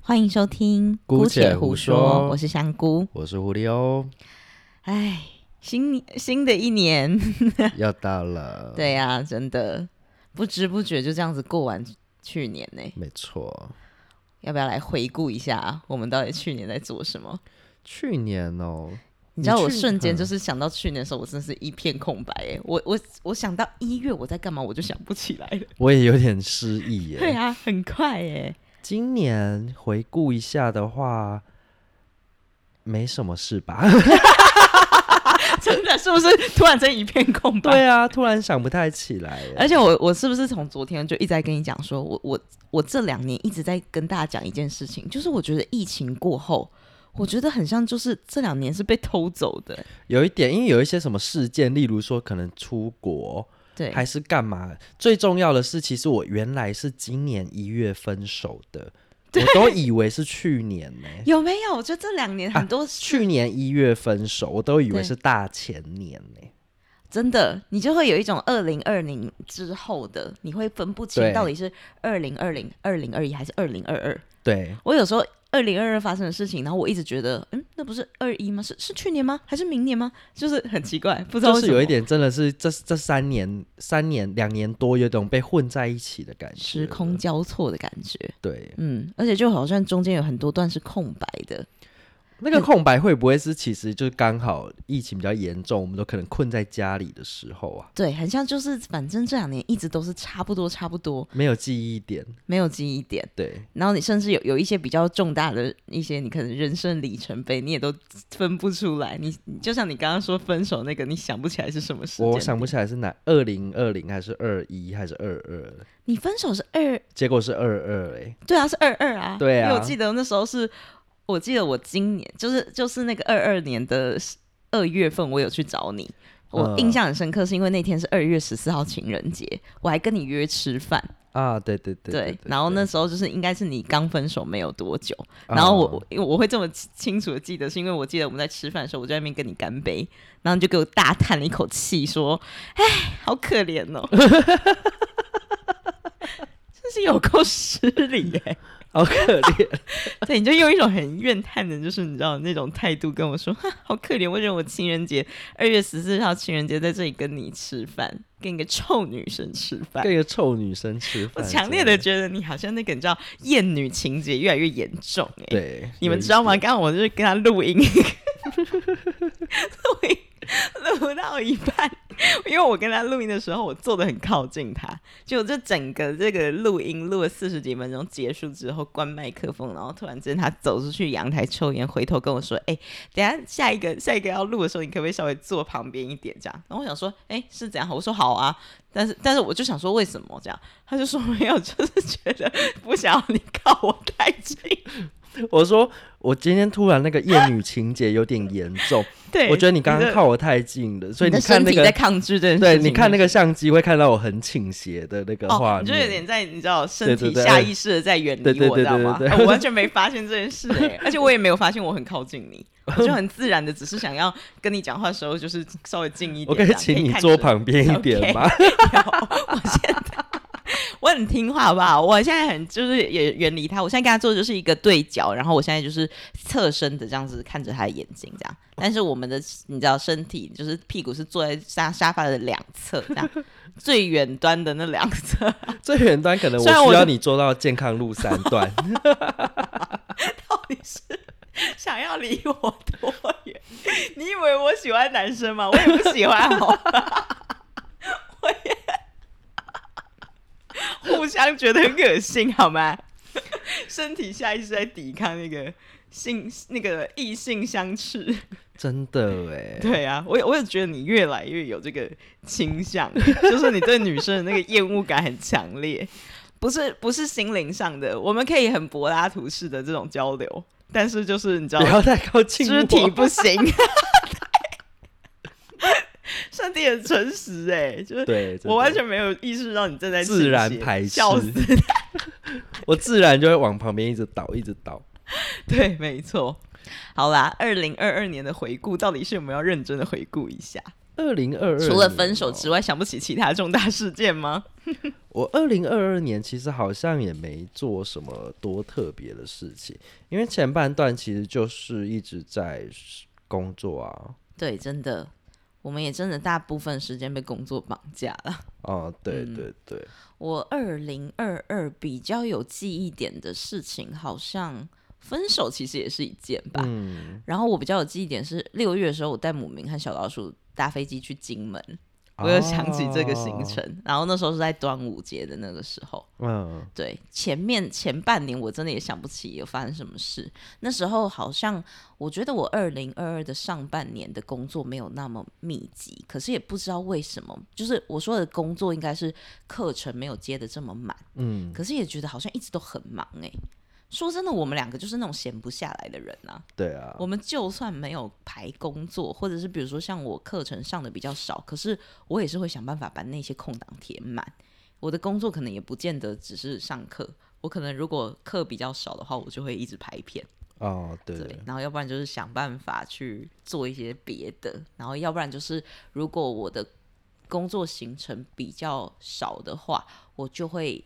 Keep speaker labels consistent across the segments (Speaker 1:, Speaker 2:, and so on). Speaker 1: 欢迎收听《
Speaker 2: 姑且胡说
Speaker 1: 我是香菇。
Speaker 2: 我是狐 狸哦，
Speaker 1: 哎，新新的一年，
Speaker 2: 要到了，，
Speaker 1: 对呀、真的不知不觉就这样子过完去年呢、
Speaker 2: 没错。
Speaker 1: 要不要来回顾一下我们到底去年在做什么？
Speaker 2: 去年哦，
Speaker 1: 你知道
Speaker 2: 你去
Speaker 1: 我瞬间
Speaker 2: 嗯
Speaker 1: 就是想到去年的时候，我真是一片空白哎、我我我想到一月我在干嘛，我就想不起来了。
Speaker 2: 我也有点失忆
Speaker 1: 对
Speaker 2: 耶。
Speaker 1: 啊，很快哎、
Speaker 2: 今年回顾一下的话，没什么事吧？
Speaker 1: 真的是不是突然间一片空白？
Speaker 2: 对 啊，突然想不太起来耶。
Speaker 1: 而且我我是不是从昨天就一直在跟你讲说，我我我这两年一直在跟大家讲一件事情，就是我觉得疫情过后，我觉得很像就是这两年是被偷走的，
Speaker 2: 有一点，因为有一些什么事件，例如说可能出国
Speaker 1: 对，
Speaker 2: 还是干嘛，最重要的是，其实我原来是今年一月分手的，我都以为是去年 呢、
Speaker 1: 有没有？我觉得这两年很多、
Speaker 2: 去年一月分手，我都以为
Speaker 1: 对
Speaker 2: 是大前年呢、
Speaker 1: 真的，你就会有一种二零二零之后的，你会分不清
Speaker 2: 对
Speaker 1: 到底是二零二零、二零二一还是二零二二。
Speaker 2: 对，
Speaker 1: 我有时候二零二二发生的事情，然后我一直觉得，嗯，那不是二一吗？是是去年吗？还是明年吗？就是很奇怪，不知道
Speaker 2: 就
Speaker 1: 为
Speaker 2: 是
Speaker 1: 什
Speaker 2: 有一
Speaker 1: 么
Speaker 2: 点真的是这这三年三年两年多，有种被混在一起的感觉，
Speaker 1: 时空交错的感觉。
Speaker 2: 对。
Speaker 1: 嗯，而且就好像中间有很多段是空白的，
Speaker 2: 那个空白会不会是其实就是刚好疫情比较严重，我们都可能困在家里的时候啊，
Speaker 1: 对，很像就是反正这两年一直都是差不多差不多，
Speaker 2: 没有记忆点，
Speaker 1: 没有记忆点。
Speaker 2: 对，
Speaker 1: 然后你甚至有有一些比较重大的一些你可能人生里程碑，你也都分不出来。你你就像你刚刚说分手那个，你想不起来是什么时间？
Speaker 2: 我想不，起来是哪二零二零还是二一还是二二，
Speaker 1: 你分手是二，
Speaker 2: 结果是二二哎，
Speaker 1: 对啊，是二二啊，
Speaker 2: 对啊
Speaker 1: 因为我记得那时候是，我记得我今年就是就是那个二二年的二月份，我有去找你。我
Speaker 2: 嗯
Speaker 1: 印象很深刻，是因为那天是二月十四号情人节，我还跟你约吃饭，
Speaker 2: 啊，对对
Speaker 1: 对
Speaker 2: 对对，
Speaker 1: 然后那
Speaker 2: 对，
Speaker 1: 时候就是应该是你刚分手没有多久，
Speaker 2: 啊
Speaker 1: 然后我我因为我会这么清清楚的记得，是因为我记得我们在吃饭的时候，我就在那边跟你干杯，然后你就给我大叹了一口气，说：“哎，好可怜 哦。” 真是有够失礼耶、
Speaker 2: 好可怜，
Speaker 1: 对，你就用一种很怨叹的，就是你知道那种态度跟我说，哈，好可怜，为什么我情人节二月十四号情人节在这里跟你吃饭，跟一个臭女生吃饭
Speaker 2: 跟。一个臭女生吃
Speaker 1: 我
Speaker 2: 饭，
Speaker 1: 强烈的觉得你好像那个你知道厌女情节越来越严重哎、
Speaker 2: 真的，对，
Speaker 1: 你们
Speaker 2: 有一
Speaker 1: 知道吗？
Speaker 2: 点
Speaker 1: 刚刚我就是跟他录音，录音录到一半，因为我跟他录音的时候，我坐的很靠近他，就这整个这个录音录了四十几分钟，结束之后关麦克风，然后突然之间他走出去阳台抽烟，回头跟我说：“哎、等一下下一个下一个要录的时候，你可不可以稍微坐旁边一点这样？”然后我想说：“哎、是怎样？”我说：“好啊。”但是但是我就想说为什么这样？他就说没有，就是觉得不想要你靠我太近。
Speaker 2: 我说我今天突然那个厌女情节有点严重，
Speaker 1: 对，
Speaker 2: 我觉得你刚
Speaker 1: 你
Speaker 2: 刚
Speaker 1: 的
Speaker 2: 靠我太近了，所以
Speaker 1: 你的
Speaker 2: 看
Speaker 1: 身
Speaker 2: 那
Speaker 1: 体在
Speaker 2: 个，
Speaker 1: 抗拒这件事
Speaker 2: 对，
Speaker 1: 情
Speaker 2: 你看那
Speaker 1: 个
Speaker 2: 个相机会看到我很倾斜的那个
Speaker 1: 哦
Speaker 2: 画，
Speaker 1: 你就有
Speaker 2: 面。
Speaker 1: 点在你知道身体
Speaker 2: 对对对
Speaker 1: 下意识的在远
Speaker 2: 对
Speaker 1: 离
Speaker 2: 对
Speaker 1: 我，知
Speaker 2: 对
Speaker 1: 道吗？
Speaker 2: 对对
Speaker 1: 啊
Speaker 2: 对
Speaker 1: 我完全没发现这件事 哎，而且我也没有发现我很靠近你，我就很自然的只是想要跟你讲话的时候就是稍微近一点
Speaker 2: 我
Speaker 1: 这
Speaker 2: 可
Speaker 1: 样，
Speaker 2: 以请你
Speaker 1: 看
Speaker 2: 坐
Speaker 1: 着
Speaker 2: 旁边一点吗？
Speaker 1: 我现在我很听话，好不好？我现在很就是也远离他，我现在跟他做的就是一个对角，然后我现在就是侧身的这样子看着他的眼睛，这样。但是我们的你知道身体就是屁股是坐在沙沙发的两侧，这样最远端的那两侧，
Speaker 2: 最远端可能
Speaker 1: 虽然
Speaker 2: 我
Speaker 1: 我
Speaker 2: 需要
Speaker 1: 就
Speaker 2: 你坐到健康路三段，
Speaker 1: 到底是想要离我多远？ 你以为我喜欢男生吗？我也不喜欢哦， 我也互相觉得很恶心，好吗？ 身体下意识在抵抗那个性那个异性相斥。
Speaker 2: 真的 哎。
Speaker 1: 对啊，我也我也觉得你越来越有这个倾向， 就是你对女生的那个厌恶感很强烈，不是不是心灵上的，我们可以很柏拉图式的这种交流，但是就是你知道
Speaker 2: 不，要太靠近我
Speaker 1: 肢体不 行，身体很诚实哎、就是
Speaker 2: 对，真 的
Speaker 1: 我完全没有意识到你正在
Speaker 2: 自然
Speaker 1: 倾斜
Speaker 2: 排斥
Speaker 1: 笑死，
Speaker 2: 我自然就会往旁边一直倒，一直倒。
Speaker 1: 对，没错。好啦，二零二二年的回顾到底是有没有认真的回顾一下？
Speaker 2: 二零二二哦
Speaker 1: 除了分手之外，想不起其他重大事件吗？
Speaker 2: 我二零二二年其实好像也没做什么多特别的事情，因为前半段其实就是一直在工作啊。
Speaker 1: 对，真的，我们也真的大部分时间被工作绑架了。
Speaker 2: 哦，对
Speaker 1: 嗯
Speaker 2: 对对，
Speaker 1: 我二零二二比较有记忆点的事情，好像分手其实也是一件吧。
Speaker 2: 嗯
Speaker 1: 然后我比较有记忆点是六月的时候，我带母明和小老鼠搭飞机去金门，
Speaker 2: 哦
Speaker 1: 我又想起这个行程。然后那时候是在端午节的那个时候，
Speaker 2: 嗯，
Speaker 1: 对，前面前半年我真的也想不起有发生什么事。那时候好像我觉得我二零二二的上半年的工作没有那么密集，可是也不知道为什么，就是我说的工作应该是课程没有接的这么满，
Speaker 2: 嗯，
Speaker 1: 可是也觉得好像一直都很忙哎、说真的，我们两个就是那种闲不下来的人啊。
Speaker 2: 对啊，
Speaker 1: 我们就算没有排工作，或者是比如说像我课程上的比较少，可是我也是会想办法把那些空档填满。我的工作可能也不见得只是上课，我可能如果课比较少的话，我就会一直排片，
Speaker 2: 哦，对
Speaker 1: 对，然后要不然就是想办法去做一些别的，然后要不然就是如果我的工作行程比较少的话，我就会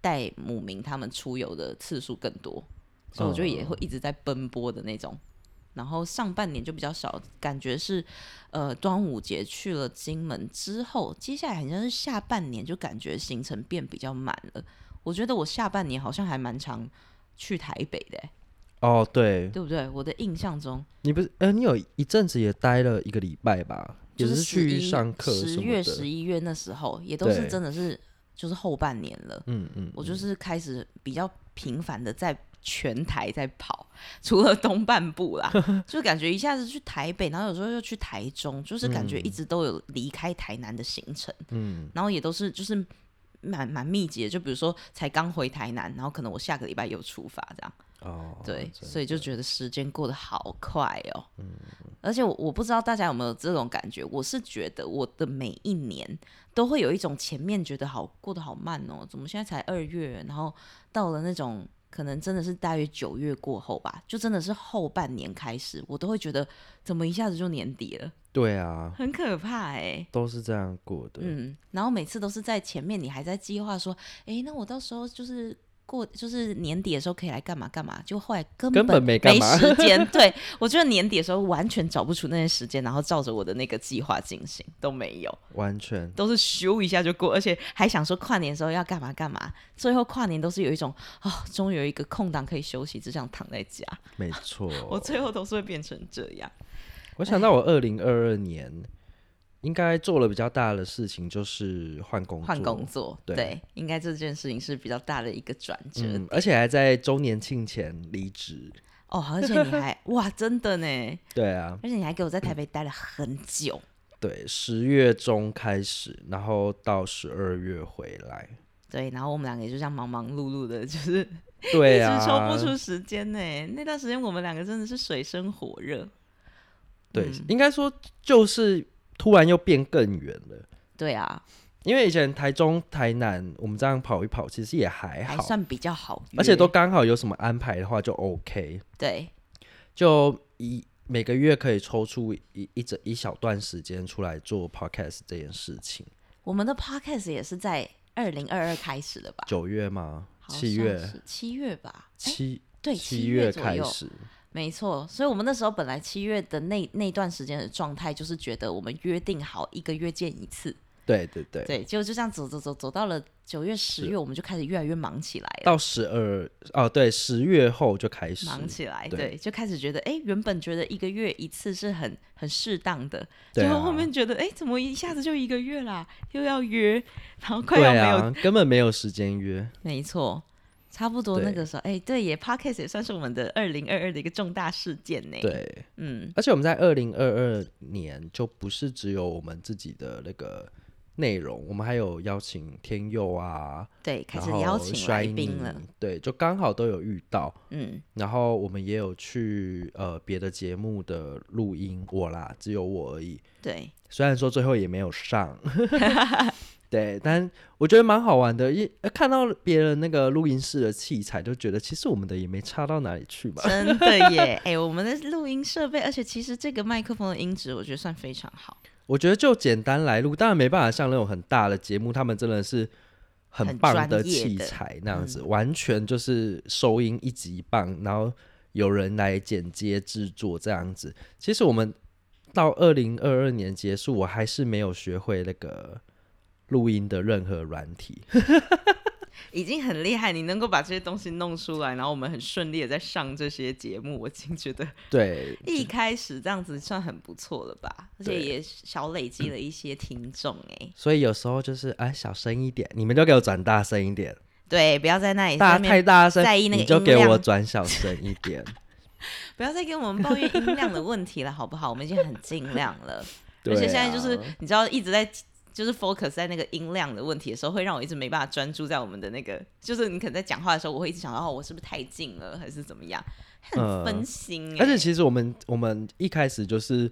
Speaker 1: 带母明他们出游的次数更多，所以我觉得也会一直在奔波的那种。然后上半年就比较少，感觉是，呃，端午节去了金门之后，接下来好像是下半年就感觉行程变比较满了。我觉得我下半年好像还蛮常去台北的、欸
Speaker 2: 哦，对，
Speaker 1: 对不对？我的印象中
Speaker 2: 你不是，呃，你有一阵子也待了一个礼拜吧，
Speaker 1: 就
Speaker 2: 也是去
Speaker 1: 11
Speaker 2: 上课什
Speaker 1: 十
Speaker 2: 么
Speaker 1: 月、
Speaker 2: 的，
Speaker 1: 十一月那时候也都是
Speaker 2: 对
Speaker 1: 真的是就是后半年了。
Speaker 2: 嗯嗯，
Speaker 1: 我就是开始比较频繁的在全台在跑， 除了东半部啦，就感觉一下子去台北，然后有时候又去台中，就是感觉
Speaker 2: 嗯
Speaker 1: 一直都有离开台南的行程，嗯，然后也都是就是蛮蛮密集的，就比如说才刚回台南，然后可能我下个礼拜又出发这样，
Speaker 2: 哦，
Speaker 1: 对，
Speaker 2: 真嗯
Speaker 1: 所以就觉得时间过得好快哦。而且我我不知道大家有没有这种感觉，我是觉得我的每一年都会有一种前面觉得好过得好慢哦，怎么现在才二月，然后到了那种可能真的是大约九月过后吧，就真的是后半年开始，我都会觉得怎么一下子就年底了，
Speaker 2: 对啊，
Speaker 1: 很可怕哎、
Speaker 2: 都是这样过的，
Speaker 1: 嗯，然后每次都是在前面，你还在计划说，诶，那我到时候就是过，就是年底的时候可以来干嘛干嘛，就后来根
Speaker 2: 根本
Speaker 1: 没
Speaker 2: 没干嘛
Speaker 1: 时 间。对我觉得年底的时候完全找不出那些时间，然后照着我的那个计划进行都没有，
Speaker 2: 完全
Speaker 1: 都是咻一下就过，而且还想说跨年的时候要干嘛干嘛，最后跨年都是有一种哦，终于有一个空档可以休息，只想躺在家。
Speaker 2: 没错。
Speaker 1: 我最后都是会变成这样，
Speaker 2: 我想到我二零二二年应该做了比较大的事情，就是换工作，
Speaker 1: 换工作，
Speaker 2: 对
Speaker 1: 应该这件事情是比较大的一个转折
Speaker 2: 嗯，而且还在周年庆前离职。
Speaker 1: 哦，而且你 还哇，真的呢！
Speaker 2: 对啊，
Speaker 1: 而且你还给我在台北待了很久，
Speaker 2: 对，十月中开始，然后到十二月回 来。
Speaker 1: 对，然后我们两个也就这样忙忙碌碌的，就是一
Speaker 2: 对啊，
Speaker 1: 直抽不出时间呢。那段时间我们两个真的是水深火热，
Speaker 2: 对，
Speaker 1: 嗯
Speaker 2: 应该说就是突然又变更远了。
Speaker 1: 对啊，
Speaker 2: 因为以前台中、台南，我们这样跑一跑，其实也还
Speaker 1: 还
Speaker 2: 好，
Speaker 1: 算比较好约，
Speaker 2: 而且都刚好有什么安排的话就 OK，
Speaker 1: 对
Speaker 2: 就一每个月可以抽出一一整一小段时间出来做 podcast 这件事情。
Speaker 1: 我们的 podcast 也是在二零二二开始的吧？
Speaker 2: 九月吗？
Speaker 1: 好
Speaker 2: 七
Speaker 1: 像
Speaker 2: 月？
Speaker 1: 是七月吧？哎
Speaker 2: 七
Speaker 1: 对，
Speaker 2: 七
Speaker 1: 月左
Speaker 2: 开
Speaker 1: 右，
Speaker 2: 始，
Speaker 1: 没错，所以我们那时候本来七月的那那段时间的状态，就是觉得我们约定好一个月见一次，
Speaker 2: 对对对，
Speaker 1: 对，结果就这样走走走走到了九月、十月，我们就开始越来越忙起来了，
Speaker 2: 到十二哦，对，十月后就开始，
Speaker 1: 忙起来，
Speaker 2: 对
Speaker 1: 对，就开始觉得，哎，原本觉得一个月一次是很很适当的，
Speaker 2: 对
Speaker 1: 结
Speaker 2: 啊
Speaker 1: 果后面觉得，哎，怎么一下子就一个月啦，又要约，然后快
Speaker 2: 对
Speaker 1: 要没有，
Speaker 2: 啊，根本没有时间约。
Speaker 1: 没错。差不多
Speaker 2: 对
Speaker 1: 那个时候，哎、对耶，Podcast 也算是我们的二零二二的一个重大事件呢。，
Speaker 2: 对，
Speaker 1: 嗯，
Speaker 2: 而且我们在二零二二年就不是只有我们自己的那个内容，我们还有邀请天佑啊，
Speaker 1: 对，开
Speaker 2: 然
Speaker 1: 始
Speaker 2: 后
Speaker 1: 邀请来宾
Speaker 2: Shiny，
Speaker 1: 了，
Speaker 2: 对，就刚好都有遇到。
Speaker 1: 嗯，
Speaker 2: 然后我们也有去呃别的节目的录音，我啦，只有我而已。
Speaker 1: 对，
Speaker 2: 虽然说最后也没有上， 对，但我觉得蛮好玩的。一呃看到别人那个录音室的器材，就觉得其实我们的也没差到哪里去吧。
Speaker 1: 真的耶，哎、我们的录音设备，而且其实这个麦克风的音质，我觉得算非常好。
Speaker 2: 我觉得就简单来录，当然没办法像那种很大的节目，他们真的是很
Speaker 1: 很
Speaker 2: 棒
Speaker 1: 专业
Speaker 2: 器
Speaker 1: 的
Speaker 2: 材那样子，完全就是收音一级棒，然后有人来剪接制作这样子。其实我们到二零二二年结束，我还是没有学会那个录音的任何软体。
Speaker 1: 已经很厉害，你能够把这些东西弄出来，然后我们很顺利的在上这些节目，我已经觉 得
Speaker 2: 对，
Speaker 1: 一开始这样子算很不错了吧，而且
Speaker 2: 对
Speaker 1: 也小累积了一些听众哎、
Speaker 2: 所以有时候就是哎，小声一点，你们就给我转大声一点，
Speaker 1: 对，不要在那里
Speaker 2: 大
Speaker 1: 哎上面
Speaker 2: 太大声，
Speaker 1: 在意那个
Speaker 2: 你就
Speaker 1: 音
Speaker 2: 给我
Speaker 1: 量
Speaker 2: 转小声一 点。
Speaker 1: 不要再跟我们抱怨音量的问题了，好不好？我们已经很尽量了，
Speaker 2: 对
Speaker 1: 而且现在就是
Speaker 2: 啊
Speaker 1: 你知道一直在。就是 focus 在那个音量的问题的时候，会让我一直没办法专注在我们的那个，就是你可能在讲话的时候，我会一直想到哦，我是不是太近了，还是怎么样，很
Speaker 2: 嗯
Speaker 1: 分心、欸
Speaker 2: 而且其实我们我们一开始就是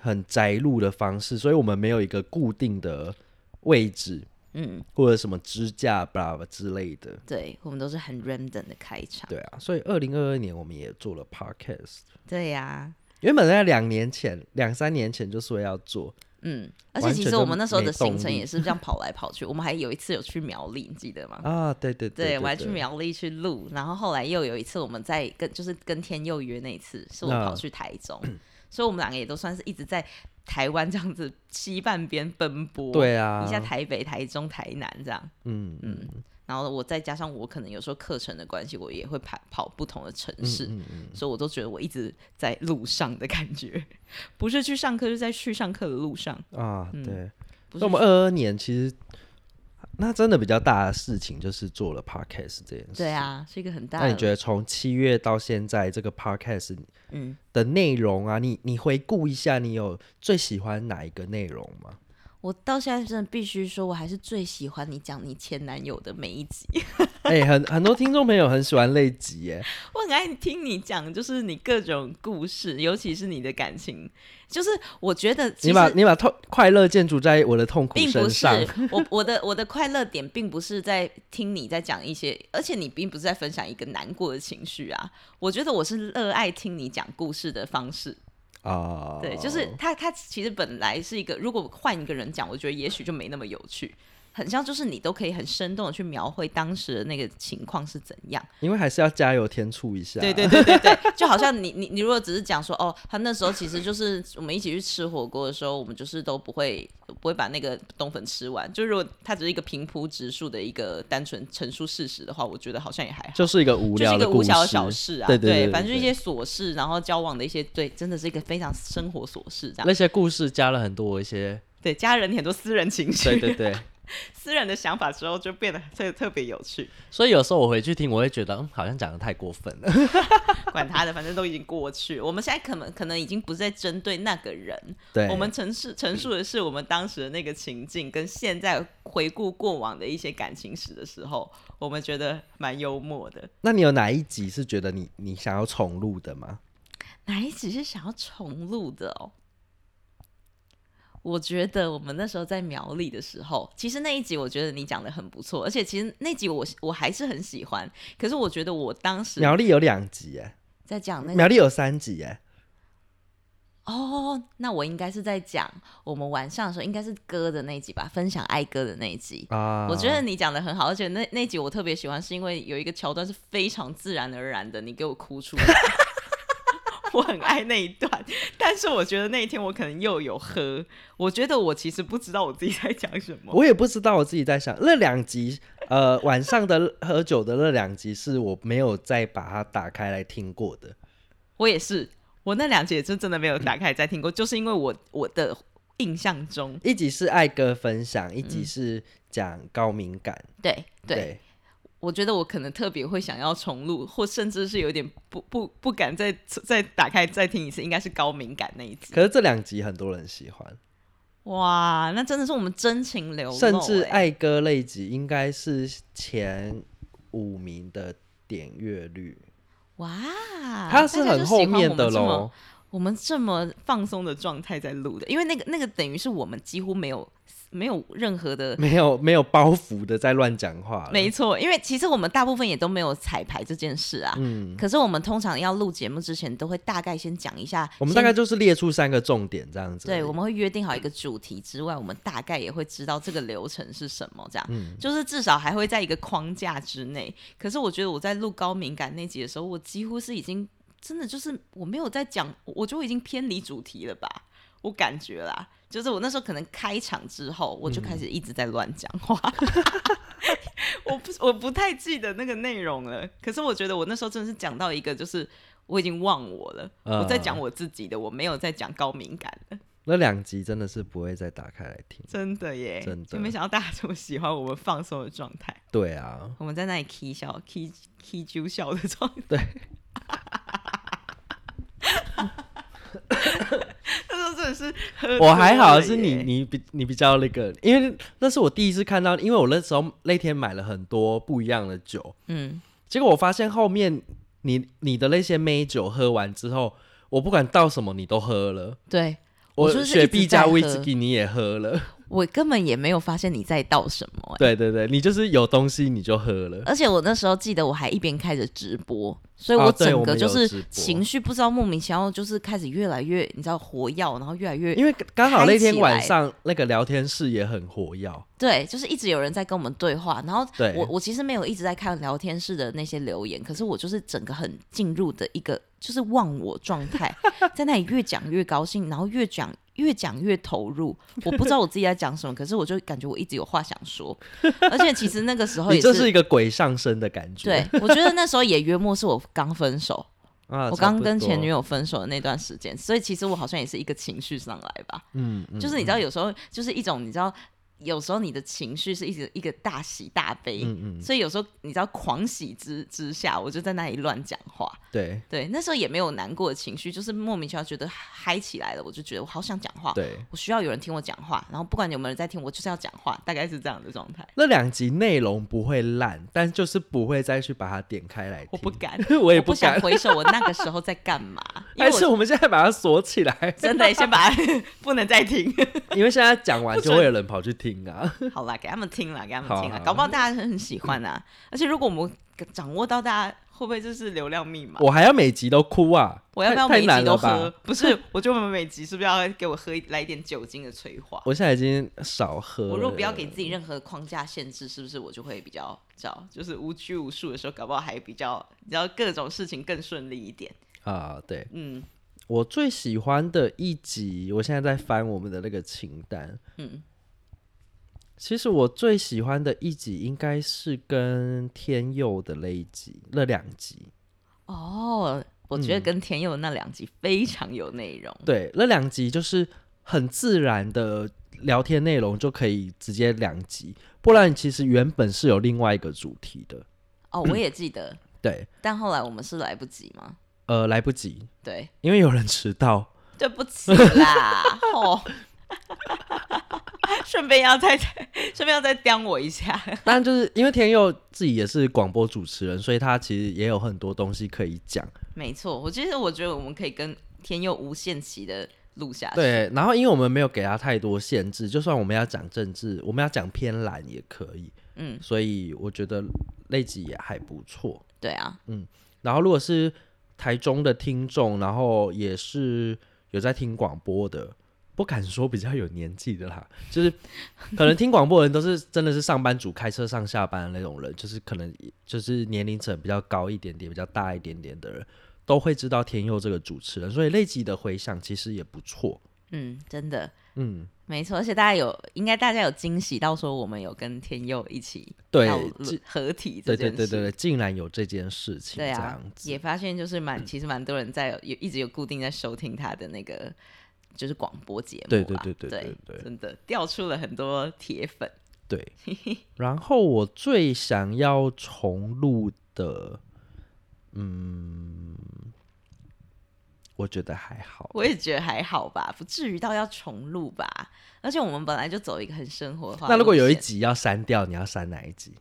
Speaker 2: 很宅录的方式，所以我们没有一个固定的位置
Speaker 1: 嗯，
Speaker 2: 或者什么支架吧之类的。
Speaker 1: 对，我们都是很 random 的开场。
Speaker 2: 对啊，所以二零二二年我们也做了 podcast，
Speaker 1: 对呀、
Speaker 2: 原本在两年前、两三年前就说要做，
Speaker 1: 嗯，而且
Speaker 2: 完
Speaker 1: 其
Speaker 2: 全
Speaker 1: 实
Speaker 2: 就
Speaker 1: 我们那时候的
Speaker 2: 没动
Speaker 1: 行程
Speaker 2: 力
Speaker 1: 也是这样跑来跑去。我们还有一次有去苗栗，你记得吗？
Speaker 2: 啊，对对对
Speaker 1: 哦对，我还去
Speaker 2: 对
Speaker 1: 苗栗去录，然后后来又有一次我们在跟就是跟天佑约那一次，是我
Speaker 2: 那
Speaker 1: 跑去台中， 所以我们两个也都算是一直在台湾这样子西半边奔波，、
Speaker 2: 对啊，
Speaker 1: 一下台北、台中、台南这样，
Speaker 2: 嗯嗯
Speaker 1: 嗯，然后我再加上我可能有时候课程的关系，我也会跑跑不同的城市，
Speaker 2: 嗯嗯，
Speaker 1: 所以我都觉得我一直在路上的感觉，不是去上课，是在去上课的路上，
Speaker 2: 嗯啊，
Speaker 1: 嗯
Speaker 2: 对，
Speaker 1: 不
Speaker 2: 那
Speaker 1: 是
Speaker 2: 我们二二年其实那真的比较大的事情就是做了 podcast 这件事。
Speaker 1: 对啊，是一个很大
Speaker 2: 那
Speaker 1: 的，
Speaker 2: 你觉得从七月到现在，这个 podcast
Speaker 1: 嗯，
Speaker 2: 的内容啊，你你回顾一下，你有最喜欢哪一个内容吗？
Speaker 1: 我到现在真的必须说，我还是最喜欢你讲你前男友的每一集。
Speaker 2: 哎、很很多听众朋友很喜欢那集耶，
Speaker 1: 我很爱听你讲，就是你各种故事，尤其是你的感情。就是我觉得，其
Speaker 2: 你把
Speaker 1: 实
Speaker 2: 你把痛快乐建筑在我的痛苦
Speaker 1: 并不是
Speaker 2: 身上，
Speaker 1: 我我的我的快乐点，并不是在听你在讲一些，而且你并不是在分享一个难过的情绪啊。我觉得我是热爱听你讲故事的方式。
Speaker 2: 啊，
Speaker 1: 对，就是他他其实本来是一个，如果换一个人讲，我觉得也许就没那么有趣。很像，就是你都可以很生动的去描绘当时的那个情况是怎样。
Speaker 2: 因为还是要加油添醋一下，
Speaker 1: 对对对对对，就好像你你 你如果只是讲说哦，他那时候其实就是我们一起去吃火锅的时候，我们就是都不会不会把那个冬粉吃完。就如果它只是一个平铺直述的一个单纯陈述事实的话，我觉得好像也还好。
Speaker 2: 就是一个无
Speaker 1: 就是
Speaker 2: 聊
Speaker 1: 一
Speaker 2: 的
Speaker 1: 个
Speaker 2: 故
Speaker 1: 无
Speaker 2: 事，
Speaker 1: 小小事啊，
Speaker 2: 对对对对
Speaker 1: 反正就是一些琐事，然后交往的一些，对，真的是一个非常生活琐事这样。
Speaker 2: 那些故事加了很多一些，
Speaker 1: 对，家人很多私人情绪，
Speaker 2: 对对对，
Speaker 1: 私人的想法之后就变得特特别有趣。
Speaker 3: 所以有时候我回去听，我会觉得，嗯，好像讲的太过分了。
Speaker 1: 管他的，反正都已经过去。我们现在可能可能已经不是在针对那个人，
Speaker 2: 对
Speaker 1: 我们陈述陈述的是我们当时的那个情境，跟现在回顾过往的一些感情史的时候，我们觉得蛮幽默的。
Speaker 2: 那你有哪一集是觉得你你想要重录的吗？
Speaker 1: 哪一集是想要重录的哦？我觉得我们那时候在苗栗的时候，其实那一集我觉得你讲的很不错，而且其实那集我我还是很喜欢。可是我觉得我当时
Speaker 2: 苗栗有两集耶，
Speaker 1: 在讲那个
Speaker 2: 苗栗有三集耶，
Speaker 1: 哦，那我应该是在讲我们晚上的时候，应该是歌的那一集吧，分享爱歌的那一集。
Speaker 2: 啊，
Speaker 1: 我觉得你讲的很好，而且那那集我特别喜欢，是因为有一个桥段是非常自然而然的，你给我哭出来， 我很爱那一段。但是我觉得那一天我可能又有喝，我觉得我其实不知道我自己在讲什么。
Speaker 2: 我也不知道我自己在想那两集，呃，晚上的喝酒的那两集是我没有再把它打开来听过的。
Speaker 1: 我也是，我那两集也是真的没有打开再听过，就是因为我我的印象中，
Speaker 2: 一集是爱歌分享，一集是讲高敏感。
Speaker 1: 对嗯对，我觉得我可能特别会想要重录，或甚至是有点不不不敢再再打开再听一次，应该是高敏感那一集。
Speaker 2: 可是这两集很多人喜欢，
Speaker 1: 哇，那真的是我们真情流露、
Speaker 2: 甚至
Speaker 1: 欸
Speaker 2: 爱歌类集应该是前五名的点阅率，
Speaker 1: 哇，
Speaker 2: 它是
Speaker 1: 啊大家就
Speaker 2: 很
Speaker 1: 喜
Speaker 2: 后
Speaker 1: 欢
Speaker 2: 面的
Speaker 1: 我们这么
Speaker 2: 喽。
Speaker 1: 我们这么放松的状态在录的，因为那个那个等于是我们几乎没有没有任何的。
Speaker 2: 没有没有包袱的在乱讲话了，
Speaker 1: 没错，因为其实我们大部分也都没有彩排这件事啊。
Speaker 2: 嗯，
Speaker 1: 可是我们通常要录节目之前，都会大概先讲一下。
Speaker 2: 我们大概
Speaker 1: 先
Speaker 2: 就是列出三个重点这样子而已。
Speaker 1: 对，我们会约定好一个主题之外，我们大概也会知道这个流程是什么，这样、
Speaker 2: 嗯
Speaker 1: 就是至少还会在一个框架之内。可是我觉得我在录高敏感那集的时候，我几乎是已经真的就是我没有在讲，我觉得我已经偏离主题了吧，我感觉啦，就是我那时候可能开场之后，我就开始一直在乱讲 话。我不我不太记得那个内容了，可是我觉得我那时候真的是讲到一个，就是我已经忘我了，我在讲
Speaker 2: 嗯
Speaker 1: 我自己的，我没有在讲高敏感了。
Speaker 2: 那两集真的是不会再打开来听。
Speaker 1: 真的耶，
Speaker 2: 真的
Speaker 1: 就没想到大家这么喜欢我们放松的状态，
Speaker 2: 对啊，
Speaker 1: 我们在那里 k 笑 k k 啾笑的状态。
Speaker 2: 对，
Speaker 1: 那时候真的是喝呃多了耶，
Speaker 2: 我还好，是你你比你比较那个，因为那是我第一次看到，因为我那时候那天买了很多不一样的酒，
Speaker 1: 嗯，
Speaker 2: 结果我发现后面你你的那些美酒喝完之后，我不管倒什么你都喝了，
Speaker 1: 对我
Speaker 2: 我
Speaker 1: 就是一
Speaker 2: 雪碧
Speaker 1: 直在
Speaker 2: 加威
Speaker 1: 喝
Speaker 2: 士忌你也喝了，
Speaker 1: 我根本也没有发现你在倒什么、欸，
Speaker 2: 对对对，你就是有东西你就喝了，
Speaker 1: 而且我那时候记得我还一边开着直播，所以
Speaker 2: 哦对
Speaker 1: 整
Speaker 2: 我
Speaker 1: 个
Speaker 2: 们
Speaker 1: 就
Speaker 2: 有直
Speaker 1: 是
Speaker 2: 播
Speaker 1: 情绪不知道莫名其妙就是开始越来越你知道火药，然后越来越
Speaker 2: 因为刚好那
Speaker 1: 开
Speaker 2: 天
Speaker 1: 起来
Speaker 2: 晚上那个聊天室也很活跃，
Speaker 1: 对，就是一直有人在跟我们对话，然后
Speaker 2: 对
Speaker 1: 我我其实没有一直在看聊天室的那些留言，可是我就是整个很进入的一个就是忘我状 态，在那里越讲越高兴，然后越讲越讲越投入，我不知道我自己在讲什么，可是我就感觉我一直有话想说，而且其实那个时候
Speaker 2: 你
Speaker 1: 也
Speaker 2: 就是一个鬼上身的感觉，
Speaker 1: 对，我觉得那时候也约莫是我刚分手，
Speaker 2: 啊，
Speaker 1: 我
Speaker 2: 差
Speaker 1: 刚
Speaker 2: 不
Speaker 1: 跟前
Speaker 2: 多
Speaker 1: 女，友分手的那段时间，所以其实我好像也是一个情绪上来吧，
Speaker 2: 嗯，嗯
Speaker 1: 就是你知道，有时候就是一种你知道，有时候你的情绪是一直一个大喜大悲，
Speaker 2: 嗯嗯，
Speaker 1: 所以有时候你知道狂喜之之下，我就在那里乱讲话。
Speaker 2: 对
Speaker 1: 对，那时候也没有难过的情绪，就是莫名其妙觉得嗨起来了，我就觉得我好想讲话，
Speaker 2: 对。
Speaker 1: 我需要有人听我讲话，然后不管有没有人在听，我就是要讲话，大概是这样的状态。
Speaker 2: 那两集内容不会烂，但就是不会再去把它点开来听
Speaker 1: 我不，敢，
Speaker 2: 我也
Speaker 1: 我不想
Speaker 2: 敢。
Speaker 1: 回首我那个时候在干 嘛，因为
Speaker 2: 但是
Speaker 1: 我
Speaker 2: 我们现在把它锁起来，
Speaker 1: 真的先把 它不能再听。
Speaker 2: 因为现在讲完就会有人跑去听啊。
Speaker 1: 好啦，给他们听啦，给他们
Speaker 2: 好啊
Speaker 1: 听啦，
Speaker 2: 好啊
Speaker 1: 搞不好大家很喜欢啊。 而且如果我们掌握到大家，会不会就是流量密码？
Speaker 2: 我还要每集都哭啊！
Speaker 1: 我要不要
Speaker 2: 太
Speaker 1: 每
Speaker 2: 太
Speaker 1: 一
Speaker 2: 难
Speaker 1: 集都
Speaker 2: 了吧
Speaker 1: 喝？？ 不是，我觉得我们每集是不是要给我喝一来一点酒精的催化？
Speaker 2: 我现在已经少喝了。
Speaker 1: 我如果不要给自己任何框架限制，是不是我就会比较，知道，就是无拘无束的时候，搞不好还比较，你知道各种事情更顺利一点。
Speaker 2: 啊，对
Speaker 1: 嗯
Speaker 2: 我最喜欢的一集，我现在在翻我们的那个清单。
Speaker 1: 嗯，
Speaker 2: 其实我最喜欢的一集应该是跟天佑的那一集，那两集。
Speaker 1: 哦，我觉得跟天佑那两集非常有内容。
Speaker 2: 对，那两集就是很自然的聊天内容就可以直接两集，不然其实原本是有另外一个主题的。
Speaker 1: 哦，我也记得，
Speaker 2: 对，
Speaker 1: 但后来我们是来不及吗？
Speaker 2: 呃，来不及，
Speaker 1: 对，
Speaker 2: 因为有人迟到。
Speaker 1: 对不起 啦，哦。顺便要再 顺便要再刁我一下，
Speaker 2: 当然，就是因为天佑自己也是广播主持人，所以他其实也有很多东西可以讲。
Speaker 1: 没错，我其实我觉得我们可以跟天佑无限期的录下去。
Speaker 2: 对，然后因为我们没有给他太多限制，就算我们要讲政治，我们要讲偏蓝也可以，
Speaker 1: 嗯，
Speaker 2: 所以我觉得那集也还不错。
Speaker 1: 对啊，
Speaker 2: 然后如果是台中的听众，然后也是有在听广播的，不敢说比较有年纪的啦， 就是可能听广播的人都是真的是上班族开车上下班的那种人，就是可能就是年龄层比较高一点点、比较大一点点的人，都会知道天佑这个主持人，所以那集的回响其实也不错。
Speaker 1: 嗯，真的，
Speaker 2: 嗯，
Speaker 1: 没错，而且大家有，应该大家有惊喜到说我们有跟天佑一起
Speaker 2: 对
Speaker 1: 要
Speaker 2: 这
Speaker 1: 合体这
Speaker 2: 对
Speaker 1: 件
Speaker 2: 对
Speaker 1: 事，
Speaker 2: 对对对，竟然有这件事情，
Speaker 1: 对
Speaker 2: 这
Speaker 1: 啊
Speaker 2: 样，子
Speaker 1: 也发现就是 蛮，其实蛮多人在有一直有固定在收听他的那个就是广播节目啊，
Speaker 2: 对对对对
Speaker 1: 对
Speaker 2: 对对
Speaker 1: 真的调出了很多铁粉，
Speaker 2: 对， 然后我最想要重录的，嗯，我觉得还好。
Speaker 1: 我也觉得还好吧，不至于到要重录吧，而且我们本来就走一个很生活化的路线，
Speaker 2: 那如果有一集要删掉，你要删哪一集？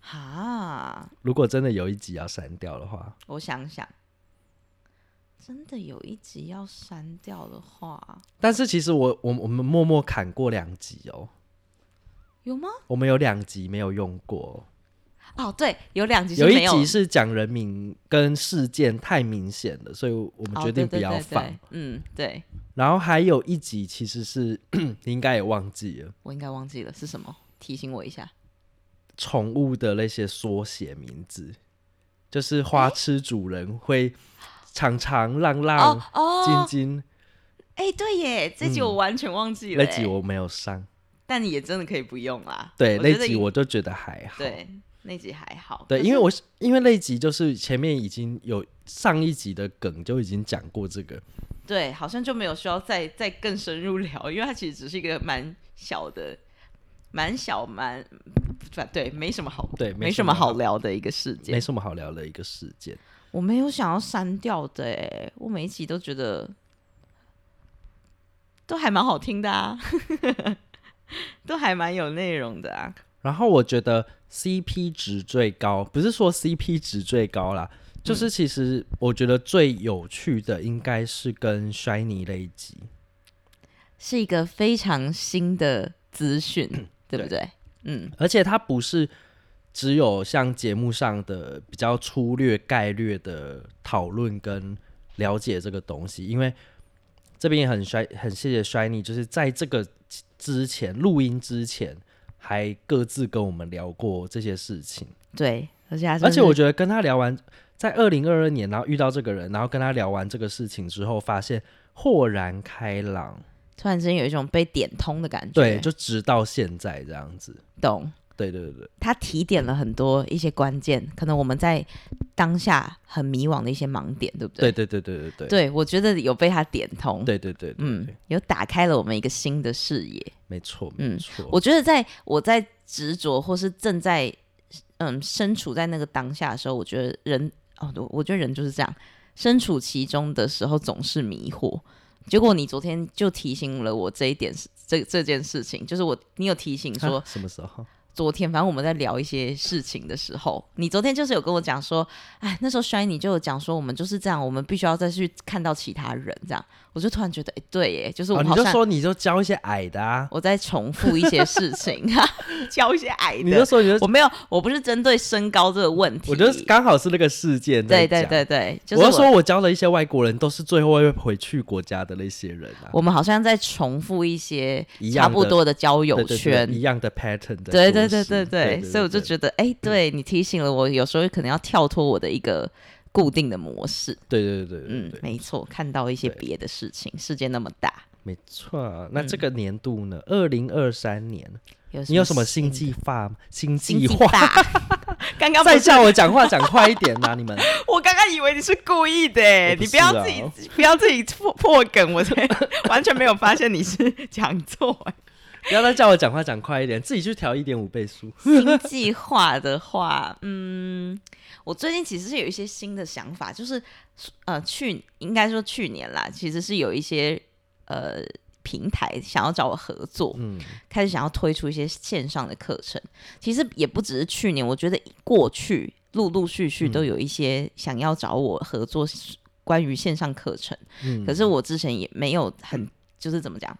Speaker 1: 哈，
Speaker 2: 如果真的有一集要删掉的话，
Speaker 1: 我想想，真的有一集要删掉的话。
Speaker 2: 但是其实我我我们默默砍过两集哦，
Speaker 1: 有吗？
Speaker 2: 我们有两集没有用过，
Speaker 1: 哦，对，有两集是
Speaker 2: 有
Speaker 1: 没
Speaker 2: 一
Speaker 1: 有
Speaker 2: 集是讲人名跟事件太明显了，所以我们
Speaker 1: 哦对
Speaker 2: 决定不
Speaker 1: 对
Speaker 2: 要
Speaker 1: 对
Speaker 2: 放。
Speaker 1: 对嗯，对
Speaker 2: 然后还有一集其实是 你应该也忘记了，
Speaker 1: 我应该忘记了是什么，提醒我一下。
Speaker 2: 宠物的那些缩写名字，就是花痴主人会常常浪
Speaker 1: 哦
Speaker 2: 浪、晶
Speaker 1: 哦，
Speaker 2: 晶
Speaker 1: 哎、对耶，这集
Speaker 2: 嗯
Speaker 1: 我完全忘记了、
Speaker 2: 那
Speaker 1: 哎
Speaker 2: 集，我没有上，
Speaker 1: 但你也真的可以不用啦。
Speaker 2: 对
Speaker 1: 我
Speaker 2: 那
Speaker 1: 觉得
Speaker 2: 集
Speaker 1: 你
Speaker 2: 我就觉得还好。
Speaker 1: 对那集还好。
Speaker 2: 对，
Speaker 1: 可
Speaker 2: 因为
Speaker 1: 是
Speaker 2: 我因为那一集就是前面已经有上一集的梗就已经讲过这个，
Speaker 1: 对好像就没有需要再再更深入聊，因为它其实只是一个蛮小的、蛮小蛮不对，没什么好
Speaker 2: 对
Speaker 1: 没
Speaker 2: 没
Speaker 1: 什
Speaker 2: 什
Speaker 1: 么
Speaker 2: 么
Speaker 1: 好
Speaker 2: 好
Speaker 1: 聊的一个事件
Speaker 2: 没。什么好聊的一个事件。
Speaker 1: 我没有想要删掉的、哎，我每一集都觉得都还蛮好听的啊， 都还蛮有内容的啊。
Speaker 2: 然后我觉得 CP 值最高，不是说 CP 值最高啦，
Speaker 1: 嗯
Speaker 2: 就是其实我觉得最有趣的应该是跟 Shiny 那一集，
Speaker 1: 是一个非常新的资讯，对不对？嗯，
Speaker 2: 而且它不是只有像节目上的比较粗略概略的讨论跟了解这个东西，因为这边也很衰，很谢谢 Shiny，就是在这个之前录音之前还各自跟我们聊过这些事情。
Speaker 1: 对，而且他
Speaker 2: 而且我觉得跟他聊完，在二零二二年，然后遇到这个人，然后跟他聊完这个事情之后，发现豁然开朗，
Speaker 1: 突然之间有一种被点通的感觉，
Speaker 2: 对，就直到现在这样子，
Speaker 1: 懂。
Speaker 2: 对对对对
Speaker 1: 他提点了很多一些关键，可能我们在当下很迷惘的一些盲点，对不
Speaker 2: 对
Speaker 1: 对？
Speaker 2: 对对对对对
Speaker 1: 对，我觉得有被他点通，
Speaker 2: 对对对，嗯
Speaker 1: 嗯，，有打开了我们一个新的视野。
Speaker 2: 没错
Speaker 1: 嗯
Speaker 2: 没错，
Speaker 1: 我觉得在我在执着或是正在嗯身处在那个当下的时候，我觉得人哦，我我觉得人就是这样，身处其中的时候总是迷惑。结果你昨天就提醒了我这一点，这这件事情，就是我你有提醒说
Speaker 2: 啊，什么时候？
Speaker 1: 昨天反正我们在聊一些事情的时候，你昨天就是有跟我讲说，哎，那时候摔你就有讲说我们就是这样，我们必须要再去看到其他人这样，我就突然觉得，哎，对耶，就是我
Speaker 2: 哦，
Speaker 1: 们
Speaker 2: 你
Speaker 1: 好
Speaker 2: 就
Speaker 1: 像、
Speaker 2: 说你就教一些矮的啊，
Speaker 1: 我在重复一些事 情，教一些矮的。
Speaker 2: 你就说你就
Speaker 1: 我，没有，我不是针对身高这个问题。
Speaker 2: 我就是刚好是那个事件在
Speaker 1: 对对
Speaker 2: 讲
Speaker 1: 对。对，就是
Speaker 2: 我
Speaker 1: 我
Speaker 2: 要说，我教了一些外国人，都是最后会回去国家的那些人啊，
Speaker 1: 我们好像在重复一些
Speaker 2: 一
Speaker 1: 差
Speaker 2: 样
Speaker 1: 不
Speaker 2: 的
Speaker 1: 多的交友
Speaker 2: 对对对
Speaker 1: 圈。
Speaker 2: 一样的 pattern 的
Speaker 1: 对对
Speaker 2: 东西，
Speaker 1: 对对对，所以我就觉得，哎，对你提醒了我，有时候可能要跳脱我的一个固定的模式。
Speaker 2: 对对对对对
Speaker 1: 嗯
Speaker 2: 对，，
Speaker 1: 没错，看到一些
Speaker 2: 对
Speaker 1: 别的事情，世界那么大，
Speaker 2: 没错。啊那
Speaker 1: 嗯
Speaker 2: 这个年度呢，二零二三年，
Speaker 1: 有
Speaker 2: 你有什么
Speaker 1: 新
Speaker 2: 新计划吗？新
Speaker 1: 新
Speaker 2: 计
Speaker 1: 计
Speaker 2: 划？
Speaker 1: 划？刚刚不
Speaker 2: 再
Speaker 1: 是
Speaker 2: 叫我讲话讲快一点呐、你们
Speaker 1: 我刚刚以为你是故意的欸，
Speaker 2: 我不
Speaker 1: 你不
Speaker 2: 是
Speaker 1: 要
Speaker 2: 啊
Speaker 1: 自己不要自己破破梗，我才完全没有发现你是讲错 欸。
Speaker 2: 不要再叫我讲话讲快一点，自己去调一点五倍速。
Speaker 1: 新计划的话，嗯，我最近其实是有一些新的想法，就是呃，去应该说去年啦，其实是有一些呃平台想要找我合作，
Speaker 2: 嗯，
Speaker 1: 开始想要推出一些线上的课程。其实也不只是去年，我觉得过去陆陆续续都有一些想要找我合作关于线上课程，
Speaker 2: 嗯
Speaker 1: 可是我之前也没有很就是怎么讲。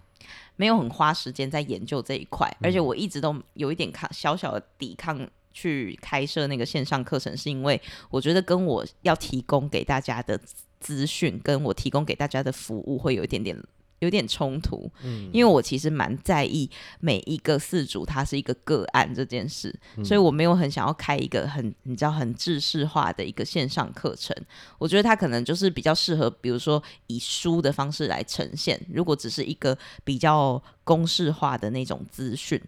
Speaker 1: 没有很花时间在研究这一块，而且我一直都有一点抗小小的抵抗去开设那个线上课程，是因为我觉得跟我要提供给大家的资讯，跟我提供给大家的服务会有一点点有点冲突。嗯，因为我其实蛮在意每一个事主他是一个个案这件事，
Speaker 2: 嗯
Speaker 1: 所以我没有很想要开一个很你知道很制式化的一个线上课程。我觉得它可能就是比较适合，比如说以书的方式来呈现。如果只是一个比较公式化的那种资讯。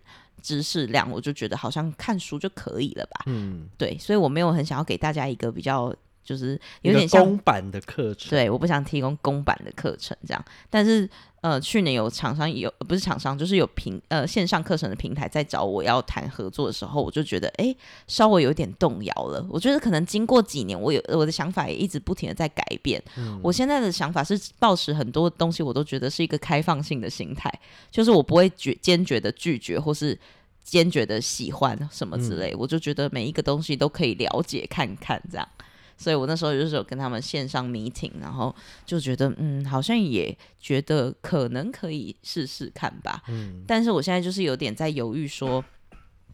Speaker 1: 知识量，我就觉得好像看书就可以了吧。
Speaker 2: 嗯，
Speaker 1: 对，所以我没有很想要给大家一个比较，就是有
Speaker 2: 一个
Speaker 1: 点像
Speaker 2: 公版的课程，
Speaker 1: 对，我不想提供公版的课程这样。但是呃，去年有厂商有不是厂商，就是有平呃线上课程的平台在找我要谈合作的时候，我就觉得哎、诶稍微有点动摇了。我觉得可能经过几年，我有我的想法也一直不停的在改变。我现在的想法是，抱持很多东西我都觉得是一个开放性的心态，就是我不会决坚决的拒绝或是。坚决的喜欢什么之类，我就觉得每一个东西都可以了解看看这样。所以我那时候就是有跟他们线上 meeting，然后就觉得嗯，好像也觉得可能可以试试看吧。但是我现在就是有点在犹豫说，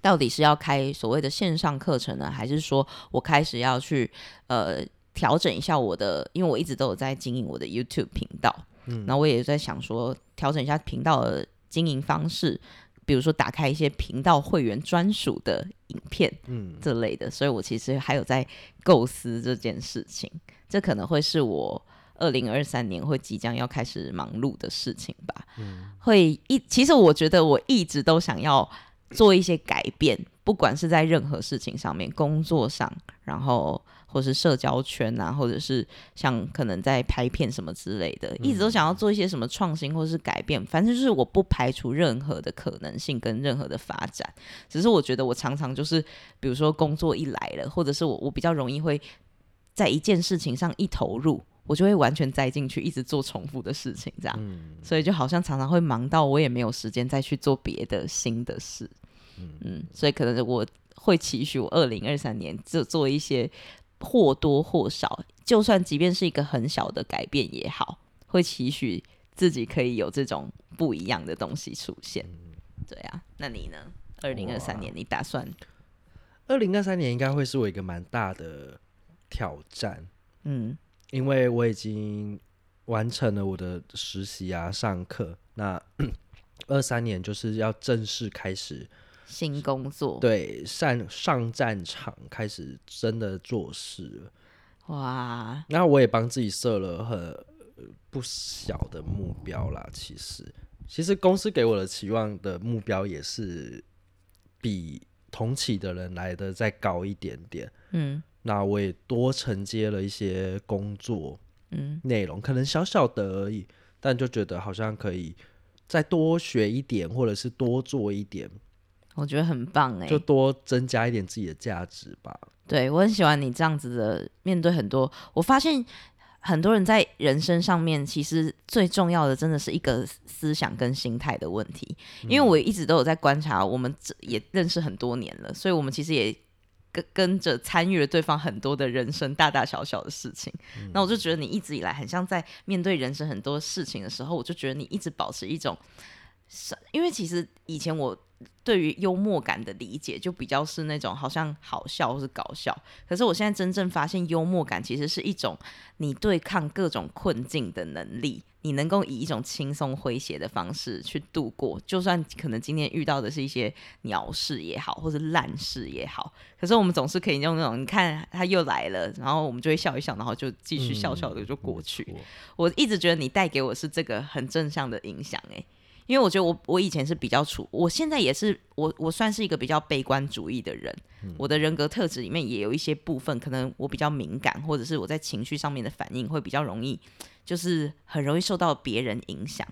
Speaker 1: 到底是要开所谓的线上课程呢，还是说我开始要去呃调整一下我的，因为我一直都有在经营我的 YouTube 频道，嗯，那我也在想说调整一下频道的经营方式，比如说打开一些频道会员专属的影片，嗯，这类的，所以我其实还有在构思这件事情，这可能会是我。二零二三年会即将要开始忙碌的事情吧，会一其实我觉得我一直都想要做一些改变，不管是在任何事情上面，工作上，然后或是社交圈啊，或者是像可能在拍片什么之类的，一直都想要做一些什么创新或是改变，反正就是我不排除任何的可能性跟任何的发展，只是我觉得我常常就是，比如说工作一来了，或者是我我比较容易会在一件事情上一投入。我就会完全栽进去，一直做重复的事情，这样。
Speaker 2: 嗯
Speaker 1: 所以就好像常常会忙到我也没有时间再去做别的新的事。嗯，所以可能我会期许我二零二三年就做一些或多或少，就算即便是一个很小的改变也好，会期许自己可以有这种不一样的东西出现。对啊，那你呢？二零二三年你打算
Speaker 2: 二零二三年应该会是我一个蛮大的挑战，
Speaker 1: 嗯
Speaker 2: 因为我已经完成了我的实习啊、上课。那 二三年就是要正式开始
Speaker 1: 新工作？
Speaker 2: 对上上战场，开始真的做事了。
Speaker 1: 哇，
Speaker 2: 那我也帮自己设了很呃不小的目标啦。其实，其实公司给我的期望的目标也是比同期的人来的再高一点点。
Speaker 1: 嗯
Speaker 2: 那我也多承接了一些工作
Speaker 1: 嗯
Speaker 2: 内容，可能小小的而已，但就觉得好像可以再多学一点，或者是多做一点，
Speaker 1: 我觉得很棒哎、
Speaker 2: 就多增加一点自己的价值吧。
Speaker 1: 对我很喜欢你这样子的面对很多。我发现很多人在人生上面，其实最重要的真的是一个思想跟心态的问题。因为我一直都有在观察，我们这也认识很多年了，所以我们其实也。跟跟着参与了对方很多的人生大大小小的事情，那我就觉得你一直以来很像在面对人生很多事情的时候，我就觉得你一直保持一种，是因为其实以前我对于幽默感的理解就比较是那种好像好笑或是搞笑，可是我现在真正发现，幽默感其实是一种你对抗各种困境的能力，你能够以一种轻松诙谐的方式去度过，就算可能今天遇到的是一些鸟事也好，或是烂事也好，可是我们总是可以用那种你看他又来了，然后我们就会笑一笑，然后就继续笑笑的就过去。
Speaker 2: 嗯没错
Speaker 1: 我一直觉得你带给我是这个很正向的影响，诶，因为我觉得我我以前是比较处，我现在也是我我算是一个比较悲观主义的人，我的人格特质里面也有一些部分，可能我比较敏感，或者是我在情绪上面的反应会比较容易，就是很容易受到别人影响。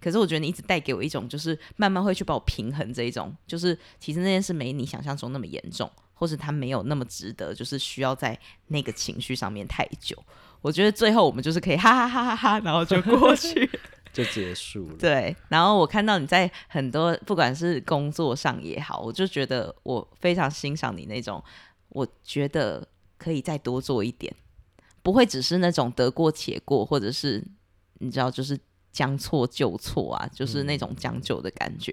Speaker 1: 可是我觉得你一直带给我一种，就是慢慢会去把我平衡这一种，就是其实那件事没你想象中那么严重，或是它没有那么值得，就是需要在那个情绪上面太久。我觉得最后我们就是可以哈哈哈哈哈，然后就过去。
Speaker 2: 就结束了。
Speaker 1: 对，然后我看到你在很多不管是工作上也好，我就觉得我非常欣赏你那种，我觉得可以再多做一点，不会只是那种得过且过，或者是你知道就是将错就错啊，就是那种将就的感觉。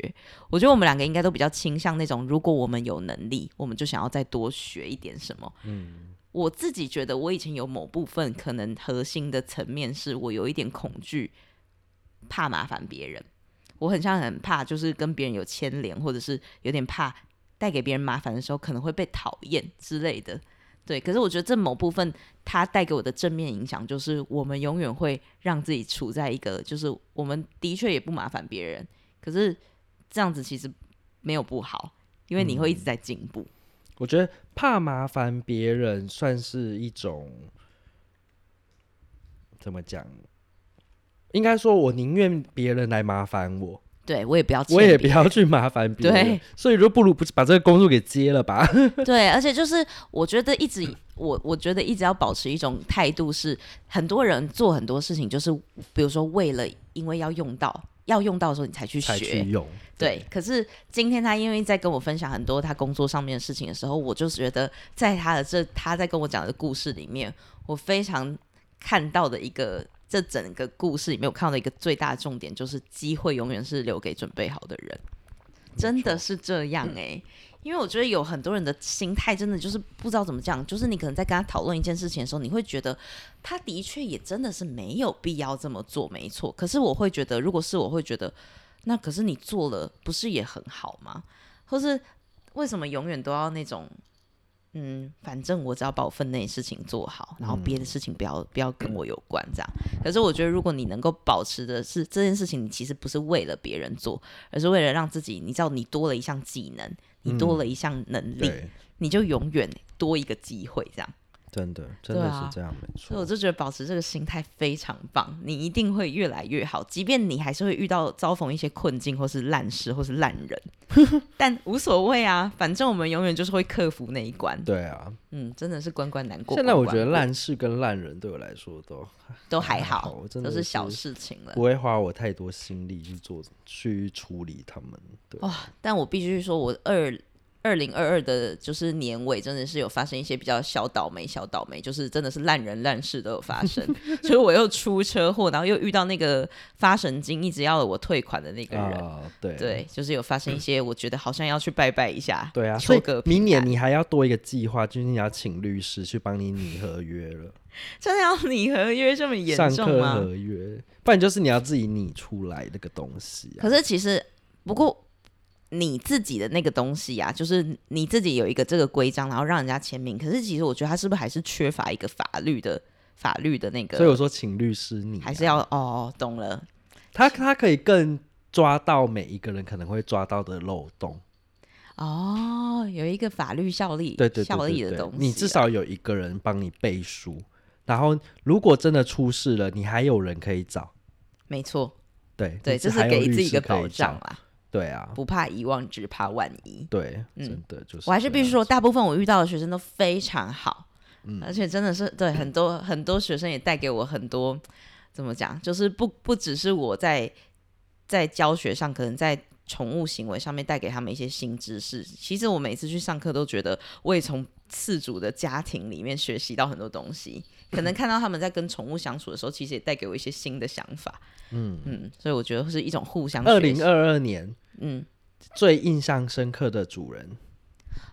Speaker 1: 我觉得我们两个应该都比较倾向那种，如果我们有能力，我们就想要再多学一点什么。嗯。我自己觉得，我以前有某部分可能核心的层面是我有一点恐惧，怕麻烦别人，我很像很怕，就是跟别人有牵连，或者是有点怕带给别人麻烦的时候，可能会被讨厌之类的。对，可是我觉得这某部分它带给我的正面影响，就是我们永远会让自己处在一个，就是我们的确也不麻烦别人，可是这样子其实没有不好，因为你会一直
Speaker 2: 嗯
Speaker 1: 在进步。
Speaker 2: 我觉得怕麻烦别人算是一种怎么讲？应该说，我宁愿别人来麻烦我，
Speaker 1: 对我也不要，
Speaker 2: 我也不要去麻烦别人
Speaker 1: 对。
Speaker 2: 所以，就不如不把这个工作给接了吧。
Speaker 1: 对，而且就是我觉得一直以我我觉得一直要保持一种态度是，很多人做很多事情就是，比如说为了因为要用到要用到的时候你才去学，
Speaker 2: 才去用。
Speaker 1: 对，可是今天他因为在跟我分享很多他工作上面的事情的时候，我就觉得在他的这他在跟我讲的故事里面，我非常看到的一个这整个故事里面，我看到的一个最大的重
Speaker 2: 嗯
Speaker 1: 点就是机会永远是留给准备好的人，真的是这样哎、因为我觉得有很多人的心态真的就是不知道怎么讲，就是你可能在跟他讨论一件事情的时候，你会觉得他的确也真的是没有必要这么做，没错。可是我会觉得，如果是我会觉得，那可是你做了不是也很好吗？或是为什么永远都要那种，嗯，反正我只要把我分内的事情做好，然后别的事情不要不要跟我有关这样。可是我觉得，如果你能够保持的是这件事情，你其实不是为了别人做，而是为了让自己，你知道你多了一项技能，你多了一项能力，
Speaker 2: 嗯对，
Speaker 1: 你就永远多一个机会这样。
Speaker 2: 真的真
Speaker 1: 对
Speaker 2: 的
Speaker 1: 啊
Speaker 2: 是这样，没
Speaker 1: 所以我
Speaker 2: 错。
Speaker 1: 就觉得保持这个心态非常棒，你一定会越来越好，即便你还是会遇到遭逢一些困境，或是烂事，或是烂人， 但无所谓啊，反正我们永远就是会克服那一关。
Speaker 2: 对啊，
Speaker 1: 嗯，真的是关关难过。
Speaker 2: 现在我觉
Speaker 1: 关
Speaker 2: 得
Speaker 1: 关
Speaker 2: 烂事跟烂人对我来说都
Speaker 1: 都还
Speaker 2: 还
Speaker 1: 好
Speaker 2: 好，真
Speaker 1: 都
Speaker 2: 的
Speaker 1: 是小
Speaker 2: 是
Speaker 1: 事情了
Speaker 2: 不。会花我太多心力去做去处理他们。对，
Speaker 1: 但我必须说，我二二零二二的，就是年尾，真的是有发生一些比较小倒霉、小倒霉，就是真的是烂人烂事都有发 生。就是我又出车祸，然后又遇到那个发神经一直要我退款的那个人，
Speaker 2: 啊，对
Speaker 1: 对，就是有发生一些我觉得好像要去拜拜一下，
Speaker 2: 对啊，所
Speaker 1: 求
Speaker 2: 以
Speaker 1: 个
Speaker 2: 明
Speaker 1: 平
Speaker 2: 年
Speaker 1: 安
Speaker 2: 你还要多一个计划，就是你要请律师去帮你拟合约了，
Speaker 1: 真的要拟合约这么严
Speaker 2: 上
Speaker 1: 重
Speaker 2: 课
Speaker 1: 吗？
Speaker 2: 合约，不然就是你要自己拟出来那个东西、啊。
Speaker 1: 可是其实，不过你自己的那个东西啊，就是你自己有一个这个规章，然后让人家签名。可是其实我觉得他是不是还是缺乏一个法律的法律的那
Speaker 2: 所以
Speaker 1: 个，
Speaker 2: 我说请律师拟、啊
Speaker 1: 还是要哦，懂了。
Speaker 2: 他他可以更抓到每一个人可能会抓到的漏洞。
Speaker 1: 哦，有一个法律效力，
Speaker 2: 对对对
Speaker 1: 效力
Speaker 2: 对
Speaker 1: 的
Speaker 2: 对
Speaker 1: 东西啊，
Speaker 2: 你至少有一个人帮你背书，然后如果真的出事了，你还有人可以找。
Speaker 1: 没错，
Speaker 2: 对
Speaker 1: 对，
Speaker 2: 你
Speaker 1: 这
Speaker 2: 至
Speaker 1: 是
Speaker 2: 还有
Speaker 1: 给
Speaker 2: 律
Speaker 1: 自己一
Speaker 2: 师
Speaker 1: 个
Speaker 2: 可以
Speaker 1: 保障
Speaker 2: 找
Speaker 1: 啦，
Speaker 2: 对啊，
Speaker 1: 不怕遗忘，只怕万一。
Speaker 2: 对，
Speaker 1: 嗯
Speaker 2: 真的就是这样。嗯
Speaker 1: 我还是必须说，大部分我遇到的学生都非常好，而且真的是对很多很多学生也带给我很多怎么讲，就是不不只是我在在教学上，可能在宠物行为上面带给他们一些新知识。其实我每次去上课都觉得，我也从饲主的家庭里面学习到很多东西，可能看到他们在跟宠物相处的时候，其实也带给我一些新的想法。嗯嗯，所以我觉得是一种互相
Speaker 2: 二
Speaker 1: 学习
Speaker 2: 零。二二年
Speaker 1: 嗯，
Speaker 2: 最印象深刻的主人，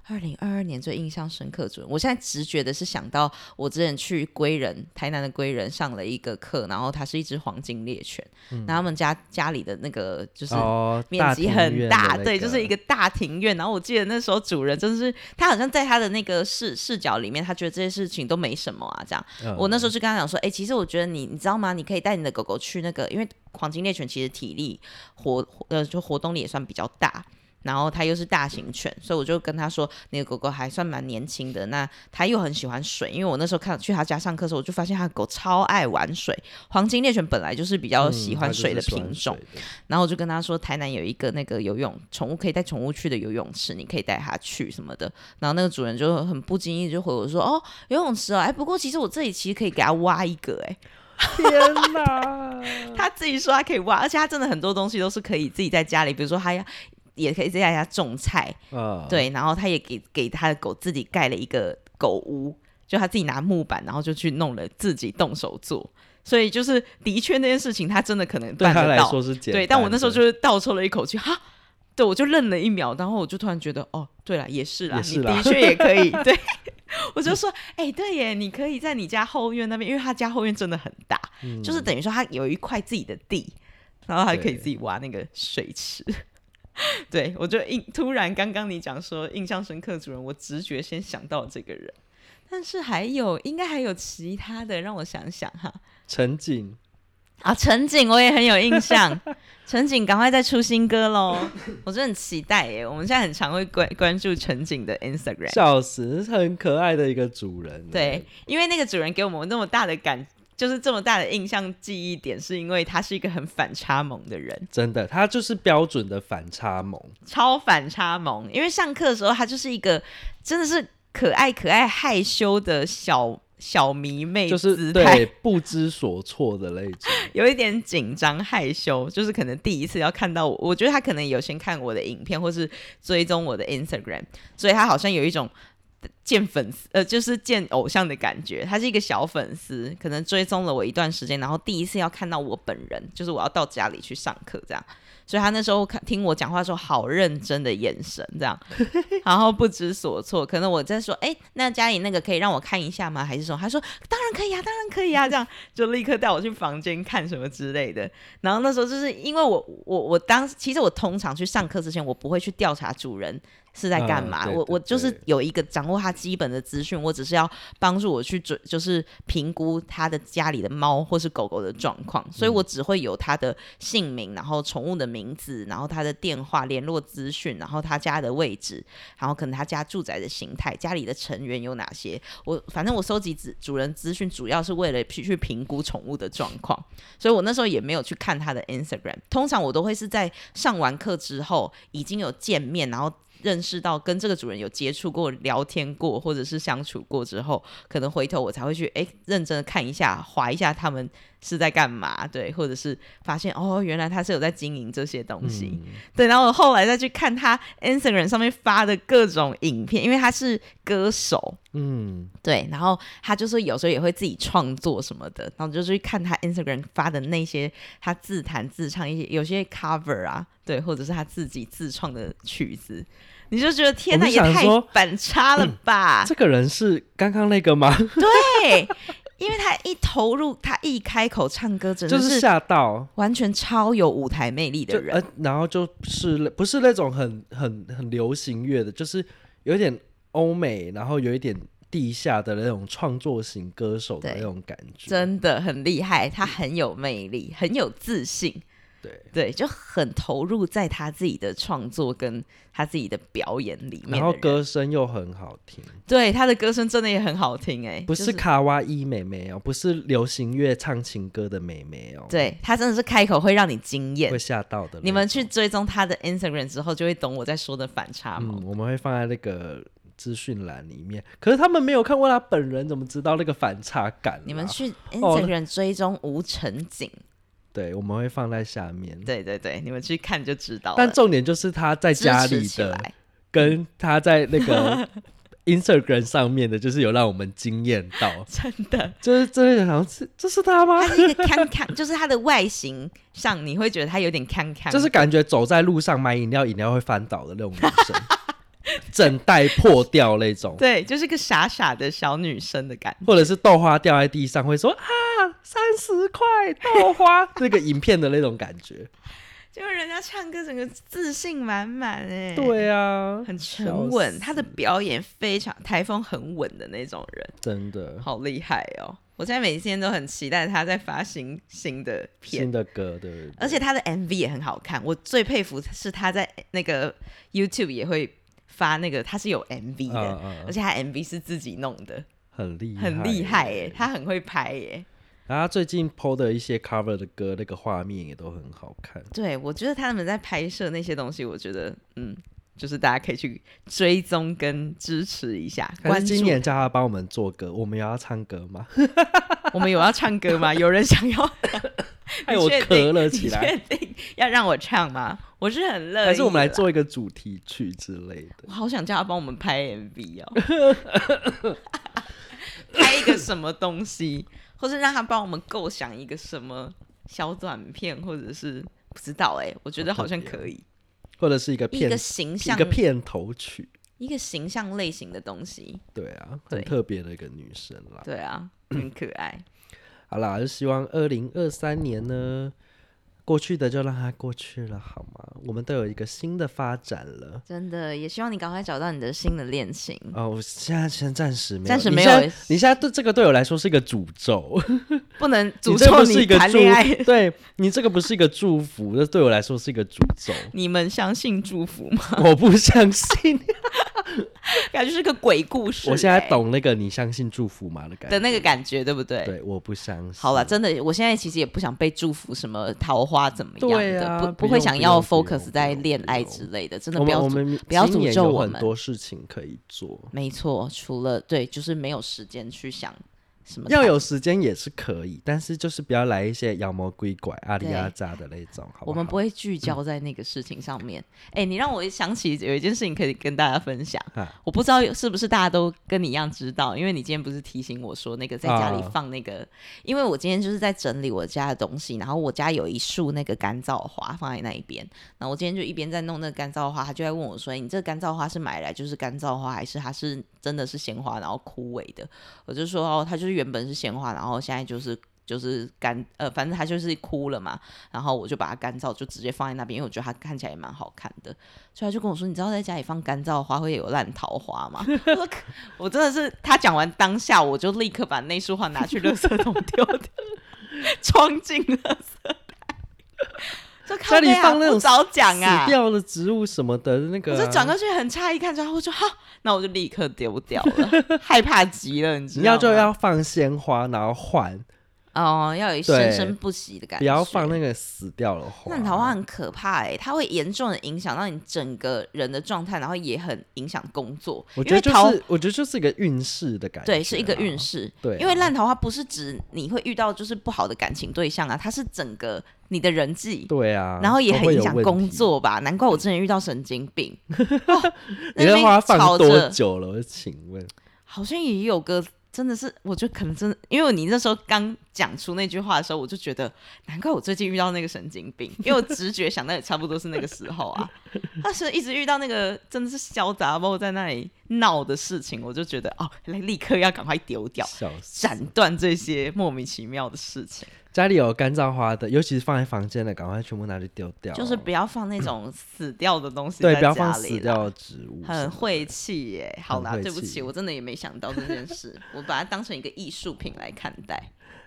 Speaker 1: 二零二二年最印象深刻主人，我现在直觉的是想到我之前去归仁，台南的归仁上了一个课，然后它是一只黄金猎犬，然后他们家家里的那个就是
Speaker 2: 嗯哦，
Speaker 1: 面积很大，
Speaker 2: 大庭院的那
Speaker 1: 对，就是一个大庭院。然后我记得那时候主人真的是，他好像在他的那个视视角里面，他觉得这些事情都没什么啊，这样。
Speaker 2: 嗯
Speaker 1: 我那时候就跟他讲说，哎、其实我觉得你，你知道吗？你可以带你的狗狗去那个，因为黄金猎犬其实体力活呃就活动力也算比较大。然后它又是大型犬，所以我就跟他说，那个狗狗还算蛮年轻的。那它又很喜欢水，因为我那时候看去他家上课的时候，我就发现他的狗超爱玩水。黄金猎犬本来就是比较
Speaker 2: 嗯
Speaker 1: 喜
Speaker 2: 它
Speaker 1: 欢
Speaker 2: 就是
Speaker 1: 水的
Speaker 2: 喜欢
Speaker 1: 品种，
Speaker 2: 水的
Speaker 1: 然后我就跟他说，台南有一个那个游泳宠物可以带宠物去的游泳池，你可以带它去什么的。然后那个主人就很不经意就回我说：“哦，游泳池哦，哎，不过其实我这里其实可以给它挖一个，哎，
Speaker 2: 天 哪！
Speaker 1: 他自己说他可以挖，而且他真的很多东西都是可以自己在家里，比如说他要也可以在家种菜，
Speaker 2: 呃，
Speaker 1: 对，然后他也给给他的狗自己盖了一个狗屋，就他自己拿木板，然后就去弄了，自己动手做。所以就是的确那件事情，他真的可能
Speaker 2: 对
Speaker 1: 办
Speaker 2: 他
Speaker 1: 得
Speaker 2: 来
Speaker 1: 到。”
Speaker 2: 说是简单的。
Speaker 1: 对，但我那时候就是倒抽了一口气，哈，对我就愣了一秒，然后我就突然觉得，哦，对了，也是啦，
Speaker 2: 也是啦
Speaker 1: 你的确也可 以，对，我就说，哎、对耶，你可以在你家后院那边，因为他家后院真的很大，
Speaker 2: 嗯
Speaker 1: 就是等于说他有一块自己的地，然后他可以
Speaker 2: 对
Speaker 1: 自己挖那个水池。 对，我就印突然刚刚你讲说印象深刻主人，我直觉先想到这个人，但是还有应该还有其他的，让我想想哈。
Speaker 2: 陈景，
Speaker 1: 啊，陈景我也很有印象， 陈景赶快再出新歌喽！我真的很期待耶，我们现在很常会关关注陈景的 Instagram，
Speaker 2: 笑死，是很可爱的一个主人。欸
Speaker 1: 对，，
Speaker 2: 啊
Speaker 1: 因为那个主人给我们那么大的感，就是这么大的印象记忆点，是因为他是一个很反差萌的人，
Speaker 2: 真的，他就是标准的反差萌。
Speaker 1: 超反差萌。因为上课的时候，他就是一个真的是可爱可爱害羞的小小迷妹
Speaker 2: 就
Speaker 1: 姿
Speaker 2: 是
Speaker 1: 态，
Speaker 2: 对不知所措的那一种。
Speaker 1: 有一点紧张害羞，就是可能第一次要看到我，我觉得他可能有先看我的影片或是追踪我的 Instagram，所以他好像有一种见粉丝，呃，就是见偶像的感觉。他是一个小粉丝，可能追踪了我一段时间，然后第一次要看到我本人，就是我要到家里去上课这样。所以他那时候看听我讲话的时候，好认真的眼神这样， 然后不知所措。可能我在说，哎、那家里那个可以让我看一下吗？还是说，他说当然可以啊，当然可以啊，这样就立刻带我去房间看什么之类的。然后那时候就是因为我我我当时其实我通常去上课之前，我不会去调查主人是在干嘛，
Speaker 2: 嗯对
Speaker 1: 我
Speaker 2: 对
Speaker 1: 我就是
Speaker 2: 对
Speaker 1: 有一个掌握他基本的资讯，我只是要帮助我去准，就是评估他的家里的猫或是狗狗的状况，所以
Speaker 2: 嗯
Speaker 1: 我只会有他的姓名，然后宠物的名字，然后他的电话联络资讯，然后他家的位置，然后可能他家住宅的形态，家里的成员有哪些，我反正我收集主主人资讯，主要是为了去去评估宠物的状况，所以我那时候也没有去看他的 Instagram。通常我都会是在上完课之后已经有见面，然后认识到跟这个主人有接触过、聊天过，或者是相处过之后，可能回头我才会去哎认真的看一下、划一下他们是在干嘛，对，或者是发现哦，原来他是有在经营这些东
Speaker 2: 嗯
Speaker 1: 西。对，然后我后来再去看他 Instagram 上面发的各种影片，因为他是歌手，
Speaker 2: 嗯，
Speaker 1: 对，然后他就是有时候也会自己创作什么的，然后就去看他 Instagram 发的那些他自弹自唱一些有些 cover 啊，对，或者是他自己自创的曲子，你就觉得天哪，
Speaker 2: 我们
Speaker 1: 也
Speaker 2: 想
Speaker 1: 太
Speaker 2: 说嗯
Speaker 1: 反差了吧？
Speaker 2: 这个人是刚刚那个吗？
Speaker 1: 对，因为他一投入，他一开口唱歌，真
Speaker 2: 就
Speaker 1: 的
Speaker 2: 是
Speaker 1: 是
Speaker 2: 吓到，
Speaker 1: 完全超有舞台魅力
Speaker 2: 就
Speaker 1: 的人，
Speaker 2: 呃，然后就是不是那种很很很流行乐的，就是有点欧美，然后有一点地下的那种创作型歌手的
Speaker 1: 对
Speaker 2: 那种感觉。
Speaker 1: 真的很厉害，他很有魅力，很有自信。
Speaker 2: 对，
Speaker 1: 对，就很投入在他自己的创作跟他自己的表演里面。
Speaker 2: 然后，歌声又很好听，
Speaker 1: 对他的歌声真的也很好听哎、
Speaker 2: 不
Speaker 1: 就是
Speaker 2: 卡哇伊妹妹哦，不是流行乐唱情歌的妹妹哦，，
Speaker 1: 对他真的是开口会让你惊艳
Speaker 2: 会。吓到的那种。
Speaker 1: 你们去追踪他的 Instagram 之后，就会懂我在说的反差萌。
Speaker 2: 嗯，我们会放在那个资讯栏里面。可是他们没有看过他本人，怎么知道那个反差感啦？
Speaker 1: 你们去
Speaker 2: 哦
Speaker 1: Instagram 追踪吴成景，
Speaker 2: 对，我们会放在下面。
Speaker 1: 对对对，你们去看就知道
Speaker 2: 但
Speaker 1: 了。
Speaker 2: 重点就是他在
Speaker 1: 支
Speaker 2: 家
Speaker 1: 持
Speaker 2: 里
Speaker 1: 起
Speaker 2: 的，
Speaker 1: 来
Speaker 2: 跟他在那 个 Instagram 上面的，就是有让我们惊艳 到，
Speaker 1: 真的，
Speaker 2: 就是真的想是这是他吗？
Speaker 1: 他是一个康康， 就是他的外形上你会觉得他有点康康，
Speaker 2: 就是感觉走在路上买饮料，饮料会翻倒的那种女生， 整袋破掉那 种，
Speaker 1: 对，就是个傻傻的小女生的感觉。
Speaker 2: 或者是豆花掉在地上会说啊三十块豆 花，那个影片的那种感觉。
Speaker 1: 就是人家唱歌整个自信满满哎，，
Speaker 2: 对啊，
Speaker 1: 很
Speaker 2: 笑
Speaker 1: 沉稳，
Speaker 2: 死
Speaker 1: 他的表演非常台风很稳的那种人，
Speaker 2: 真的
Speaker 1: 好厉害哦！我现在每天都很期待他在发新新的片
Speaker 2: 新，的歌，对不对？
Speaker 1: 而且他的 MV 也很好看。我最佩服是他在那个 YouTube 也会发那个，他是有 MV
Speaker 2: 啊
Speaker 1: 的，
Speaker 2: 啊
Speaker 1: 而且他 MV 是自己弄的，
Speaker 2: 很厉害，
Speaker 1: 很厉害耶，他很会拍耶。
Speaker 2: 然后他最近 PO 的一些 cover 的歌，那个画面也都很好看。
Speaker 1: 对，我觉得他们在拍摄那些东西，我觉得嗯，就是大家可以去追踪跟支持一下，
Speaker 2: 还
Speaker 1: 关
Speaker 2: 是
Speaker 1: 注。
Speaker 2: 今年叫他帮我们做歌，我们也要唱歌 吗？
Speaker 1: 我们有要唱歌吗？有人想要？
Speaker 2: 哎，
Speaker 1: 你
Speaker 2: 我
Speaker 1: 确定
Speaker 2: 咳了起来。
Speaker 1: 你确定啊要让我唱吗？我是很乐意。
Speaker 2: 还是我们来？做一个主题曲之类的？
Speaker 1: 我好想叫他帮我们拍 MV 哦， 拍一个什么东西，或是让他帮我们构想一个什么小短片，或者是不知道哎、我觉得好像
Speaker 2: 好特别
Speaker 1: 可以
Speaker 2: 或者是一个
Speaker 1: 一
Speaker 2: 片
Speaker 1: 个形
Speaker 2: 一
Speaker 1: 象
Speaker 2: 个片头曲？
Speaker 1: 一个形象类型的东西。
Speaker 2: 对啊，
Speaker 1: 对
Speaker 2: 很特别的一个女生啦。
Speaker 1: 对啊，很可爱。
Speaker 2: 好啦，就希望二零二三年呢，过去的就让它过去了，好吗？我们都有一个新的发展了。
Speaker 1: 真的，也希望你赶快找到你的新的恋情。
Speaker 2: 哦，我现在先暂时没有，
Speaker 1: 嗯暂时
Speaker 2: 你
Speaker 1: 没
Speaker 2: 现
Speaker 1: 有
Speaker 2: 在你现在对这个对我来说是一个诅咒，
Speaker 1: 不能诅
Speaker 2: 你这
Speaker 1: 咒
Speaker 2: 不是一个
Speaker 1: 谈
Speaker 2: 祝
Speaker 1: 恋爱。
Speaker 2: 福，对你这个不是一个祝福，这对我来说是一个诅咒。
Speaker 1: 你们相信祝福吗？
Speaker 2: 我不相 信，
Speaker 1: 感觉是个鬼故事、
Speaker 2: 我现在
Speaker 1: 欸
Speaker 2: 懂那个你相信祝福吗的感
Speaker 1: 的
Speaker 2: 觉。
Speaker 1: 那个感觉，对不对？
Speaker 2: 对，我不相信。
Speaker 1: 好了，真的，我现在其实也不想被祝福什么桃花怎么样
Speaker 2: 对
Speaker 1: 的，
Speaker 2: 啊
Speaker 1: 不
Speaker 2: 不
Speaker 1: 会
Speaker 2: 用
Speaker 1: 想
Speaker 2: 不
Speaker 1: 要
Speaker 2: 用不用
Speaker 1: focus
Speaker 2: 不
Speaker 1: 在
Speaker 2: 用
Speaker 1: 恋
Speaker 2: 不
Speaker 1: 爱
Speaker 2: 用
Speaker 1: 之类的，真的
Speaker 2: 我
Speaker 1: 不
Speaker 2: 们
Speaker 1: 要
Speaker 2: 我
Speaker 1: 诅
Speaker 2: 们
Speaker 1: 不要
Speaker 2: 今
Speaker 1: 诅
Speaker 2: 年
Speaker 1: 咒
Speaker 2: 有
Speaker 1: 我
Speaker 2: 很
Speaker 1: 们。
Speaker 2: 多事情可以做，
Speaker 1: 没错，除了对，就是没有时间去想什么
Speaker 2: 要
Speaker 1: 菜
Speaker 2: 有时间也是可以，但是就是不要来一些妖魔鬼怪、阿里阿扎的那种，好嗯
Speaker 1: 我
Speaker 2: 好？
Speaker 1: 们不会聚焦在那个事情上面。哎、你让我想起有一件事情可以跟大家分享
Speaker 2: 啊，
Speaker 1: 我不知道是不是大家都跟你一样知道，因为你今天不是提醒我说那个在家里
Speaker 2: 啊
Speaker 1: 放那个，因为我今天就是在整理我家的东西，然后我家有一束那个干燥花放在那一边，然后我今天就一边在弄那个干燥花，他就在问我说：“你这个干燥花是买来就是干燥花，还是它是真的是鲜花然后枯萎的？”我就说：“哦，它就是原本是鲜花，然后现在就是。”就是干呃，反正它就是枯了嘛，然后我就把它干燥，就直接放在那边，因为我觉得它看起来也蛮好看的。所以他就跟我说：“你知道在家里放干燥花会有烂桃花吗？” 我说可：“我真的是……”他讲完当下，我就立刻把那束花拿去垃圾桶丢掉， 装进垃圾袋。说
Speaker 2: 家
Speaker 1: 靠
Speaker 2: 里
Speaker 1: 北啊
Speaker 2: 放那种
Speaker 1: 不早讲啊
Speaker 2: 死！掉的植物什么的那个
Speaker 1: 我
Speaker 2: 啊、
Speaker 1: 就转过去很诧异看着他，我就哈，那我就立刻丢掉了，害怕极了，你知道
Speaker 2: 你
Speaker 1: 吗？
Speaker 2: 要就要放鲜花，然后换，
Speaker 1: 哦，要有生生不息的感
Speaker 2: 不
Speaker 1: 觉，
Speaker 2: 要放那个死掉的花。
Speaker 1: 烂桃花很可怕哎、它会严重的影响到你整个人的状态，然后也很影响工作。
Speaker 2: 我觉得就
Speaker 1: 因为桃
Speaker 2: 是，我觉得就是一个运势的感觉、
Speaker 1: 对，是一个运。势。
Speaker 2: 对啊
Speaker 1: 因为烂桃花不是指你会遇到就是不好的感情对象啊，它是整个你的人际，
Speaker 2: 对啊，
Speaker 1: 然后也
Speaker 2: 都
Speaker 1: 很
Speaker 2: 会
Speaker 1: 影
Speaker 2: 有
Speaker 1: 响
Speaker 2: 问
Speaker 1: 工
Speaker 2: 题。
Speaker 1: 作吧。难怪我之前遇到神经病，
Speaker 2: 你
Speaker 1: 那
Speaker 2: 的
Speaker 1: 边
Speaker 2: 花放
Speaker 1: 吵
Speaker 2: 多
Speaker 1: 着
Speaker 2: 久了？我请问，
Speaker 1: 好像也有个真的是，我觉得可能真的，因为你那时候刚讲出那句话的时候，我就觉得难怪我最近遇到那个神经病，因为我直觉想到也差不多是那个时候 啊。但是一直遇到那个真的是小杂包在那里闹的事情，我就觉得哦，来立刻要赶快丢 掉。
Speaker 2: 笑死！
Speaker 1: 斩断这些莫名其妙的事情，
Speaker 2: 家里有干燥花的，尤其是放在房间的，赶快全部拿去丢掉。
Speaker 1: 就是不要放那种死掉的东西
Speaker 2: 对，
Speaker 1: 在
Speaker 2: 不
Speaker 1: 家
Speaker 2: 要放死
Speaker 1: 里啦
Speaker 2: 掉的植物。
Speaker 1: 很晦气耶。好啦，
Speaker 2: 很晦
Speaker 1: 对不
Speaker 2: 气
Speaker 1: 起，我真的也没想到这件事，我把它当成一个艺术品来看待。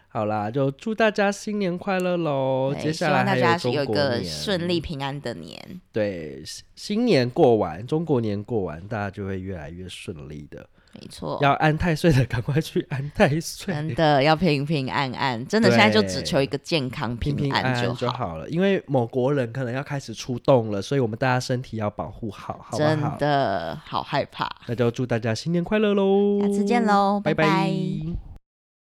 Speaker 2: 好啦，就祝大家新年快乐喽！
Speaker 1: 对
Speaker 2: 接下
Speaker 1: 希
Speaker 2: 来
Speaker 1: 望
Speaker 2: 还
Speaker 1: 大家是
Speaker 2: 中
Speaker 1: 有一
Speaker 2: 国嗯
Speaker 1: 个
Speaker 2: 年，
Speaker 1: 顺利平安的年。
Speaker 2: 对，新新年过完，中国年过完，大家就会越来越顺利的。
Speaker 1: 没错，
Speaker 2: 要安太岁的，赶快去安太
Speaker 1: 真
Speaker 2: 岁，
Speaker 1: 的要平平安安，真的现在就只
Speaker 2: 对
Speaker 1: 求一个健康
Speaker 2: 平平安
Speaker 1: 安
Speaker 2: 安就
Speaker 1: 好。
Speaker 2: 好了。因为某国人可能要开始出动了，所以我们大家身体要保护好，好不
Speaker 1: 真
Speaker 2: 好？
Speaker 1: 的好害怕。
Speaker 2: 那就祝大家新年快乐喽！
Speaker 1: 下次见喽拜
Speaker 2: 嗯拜
Speaker 1: 拜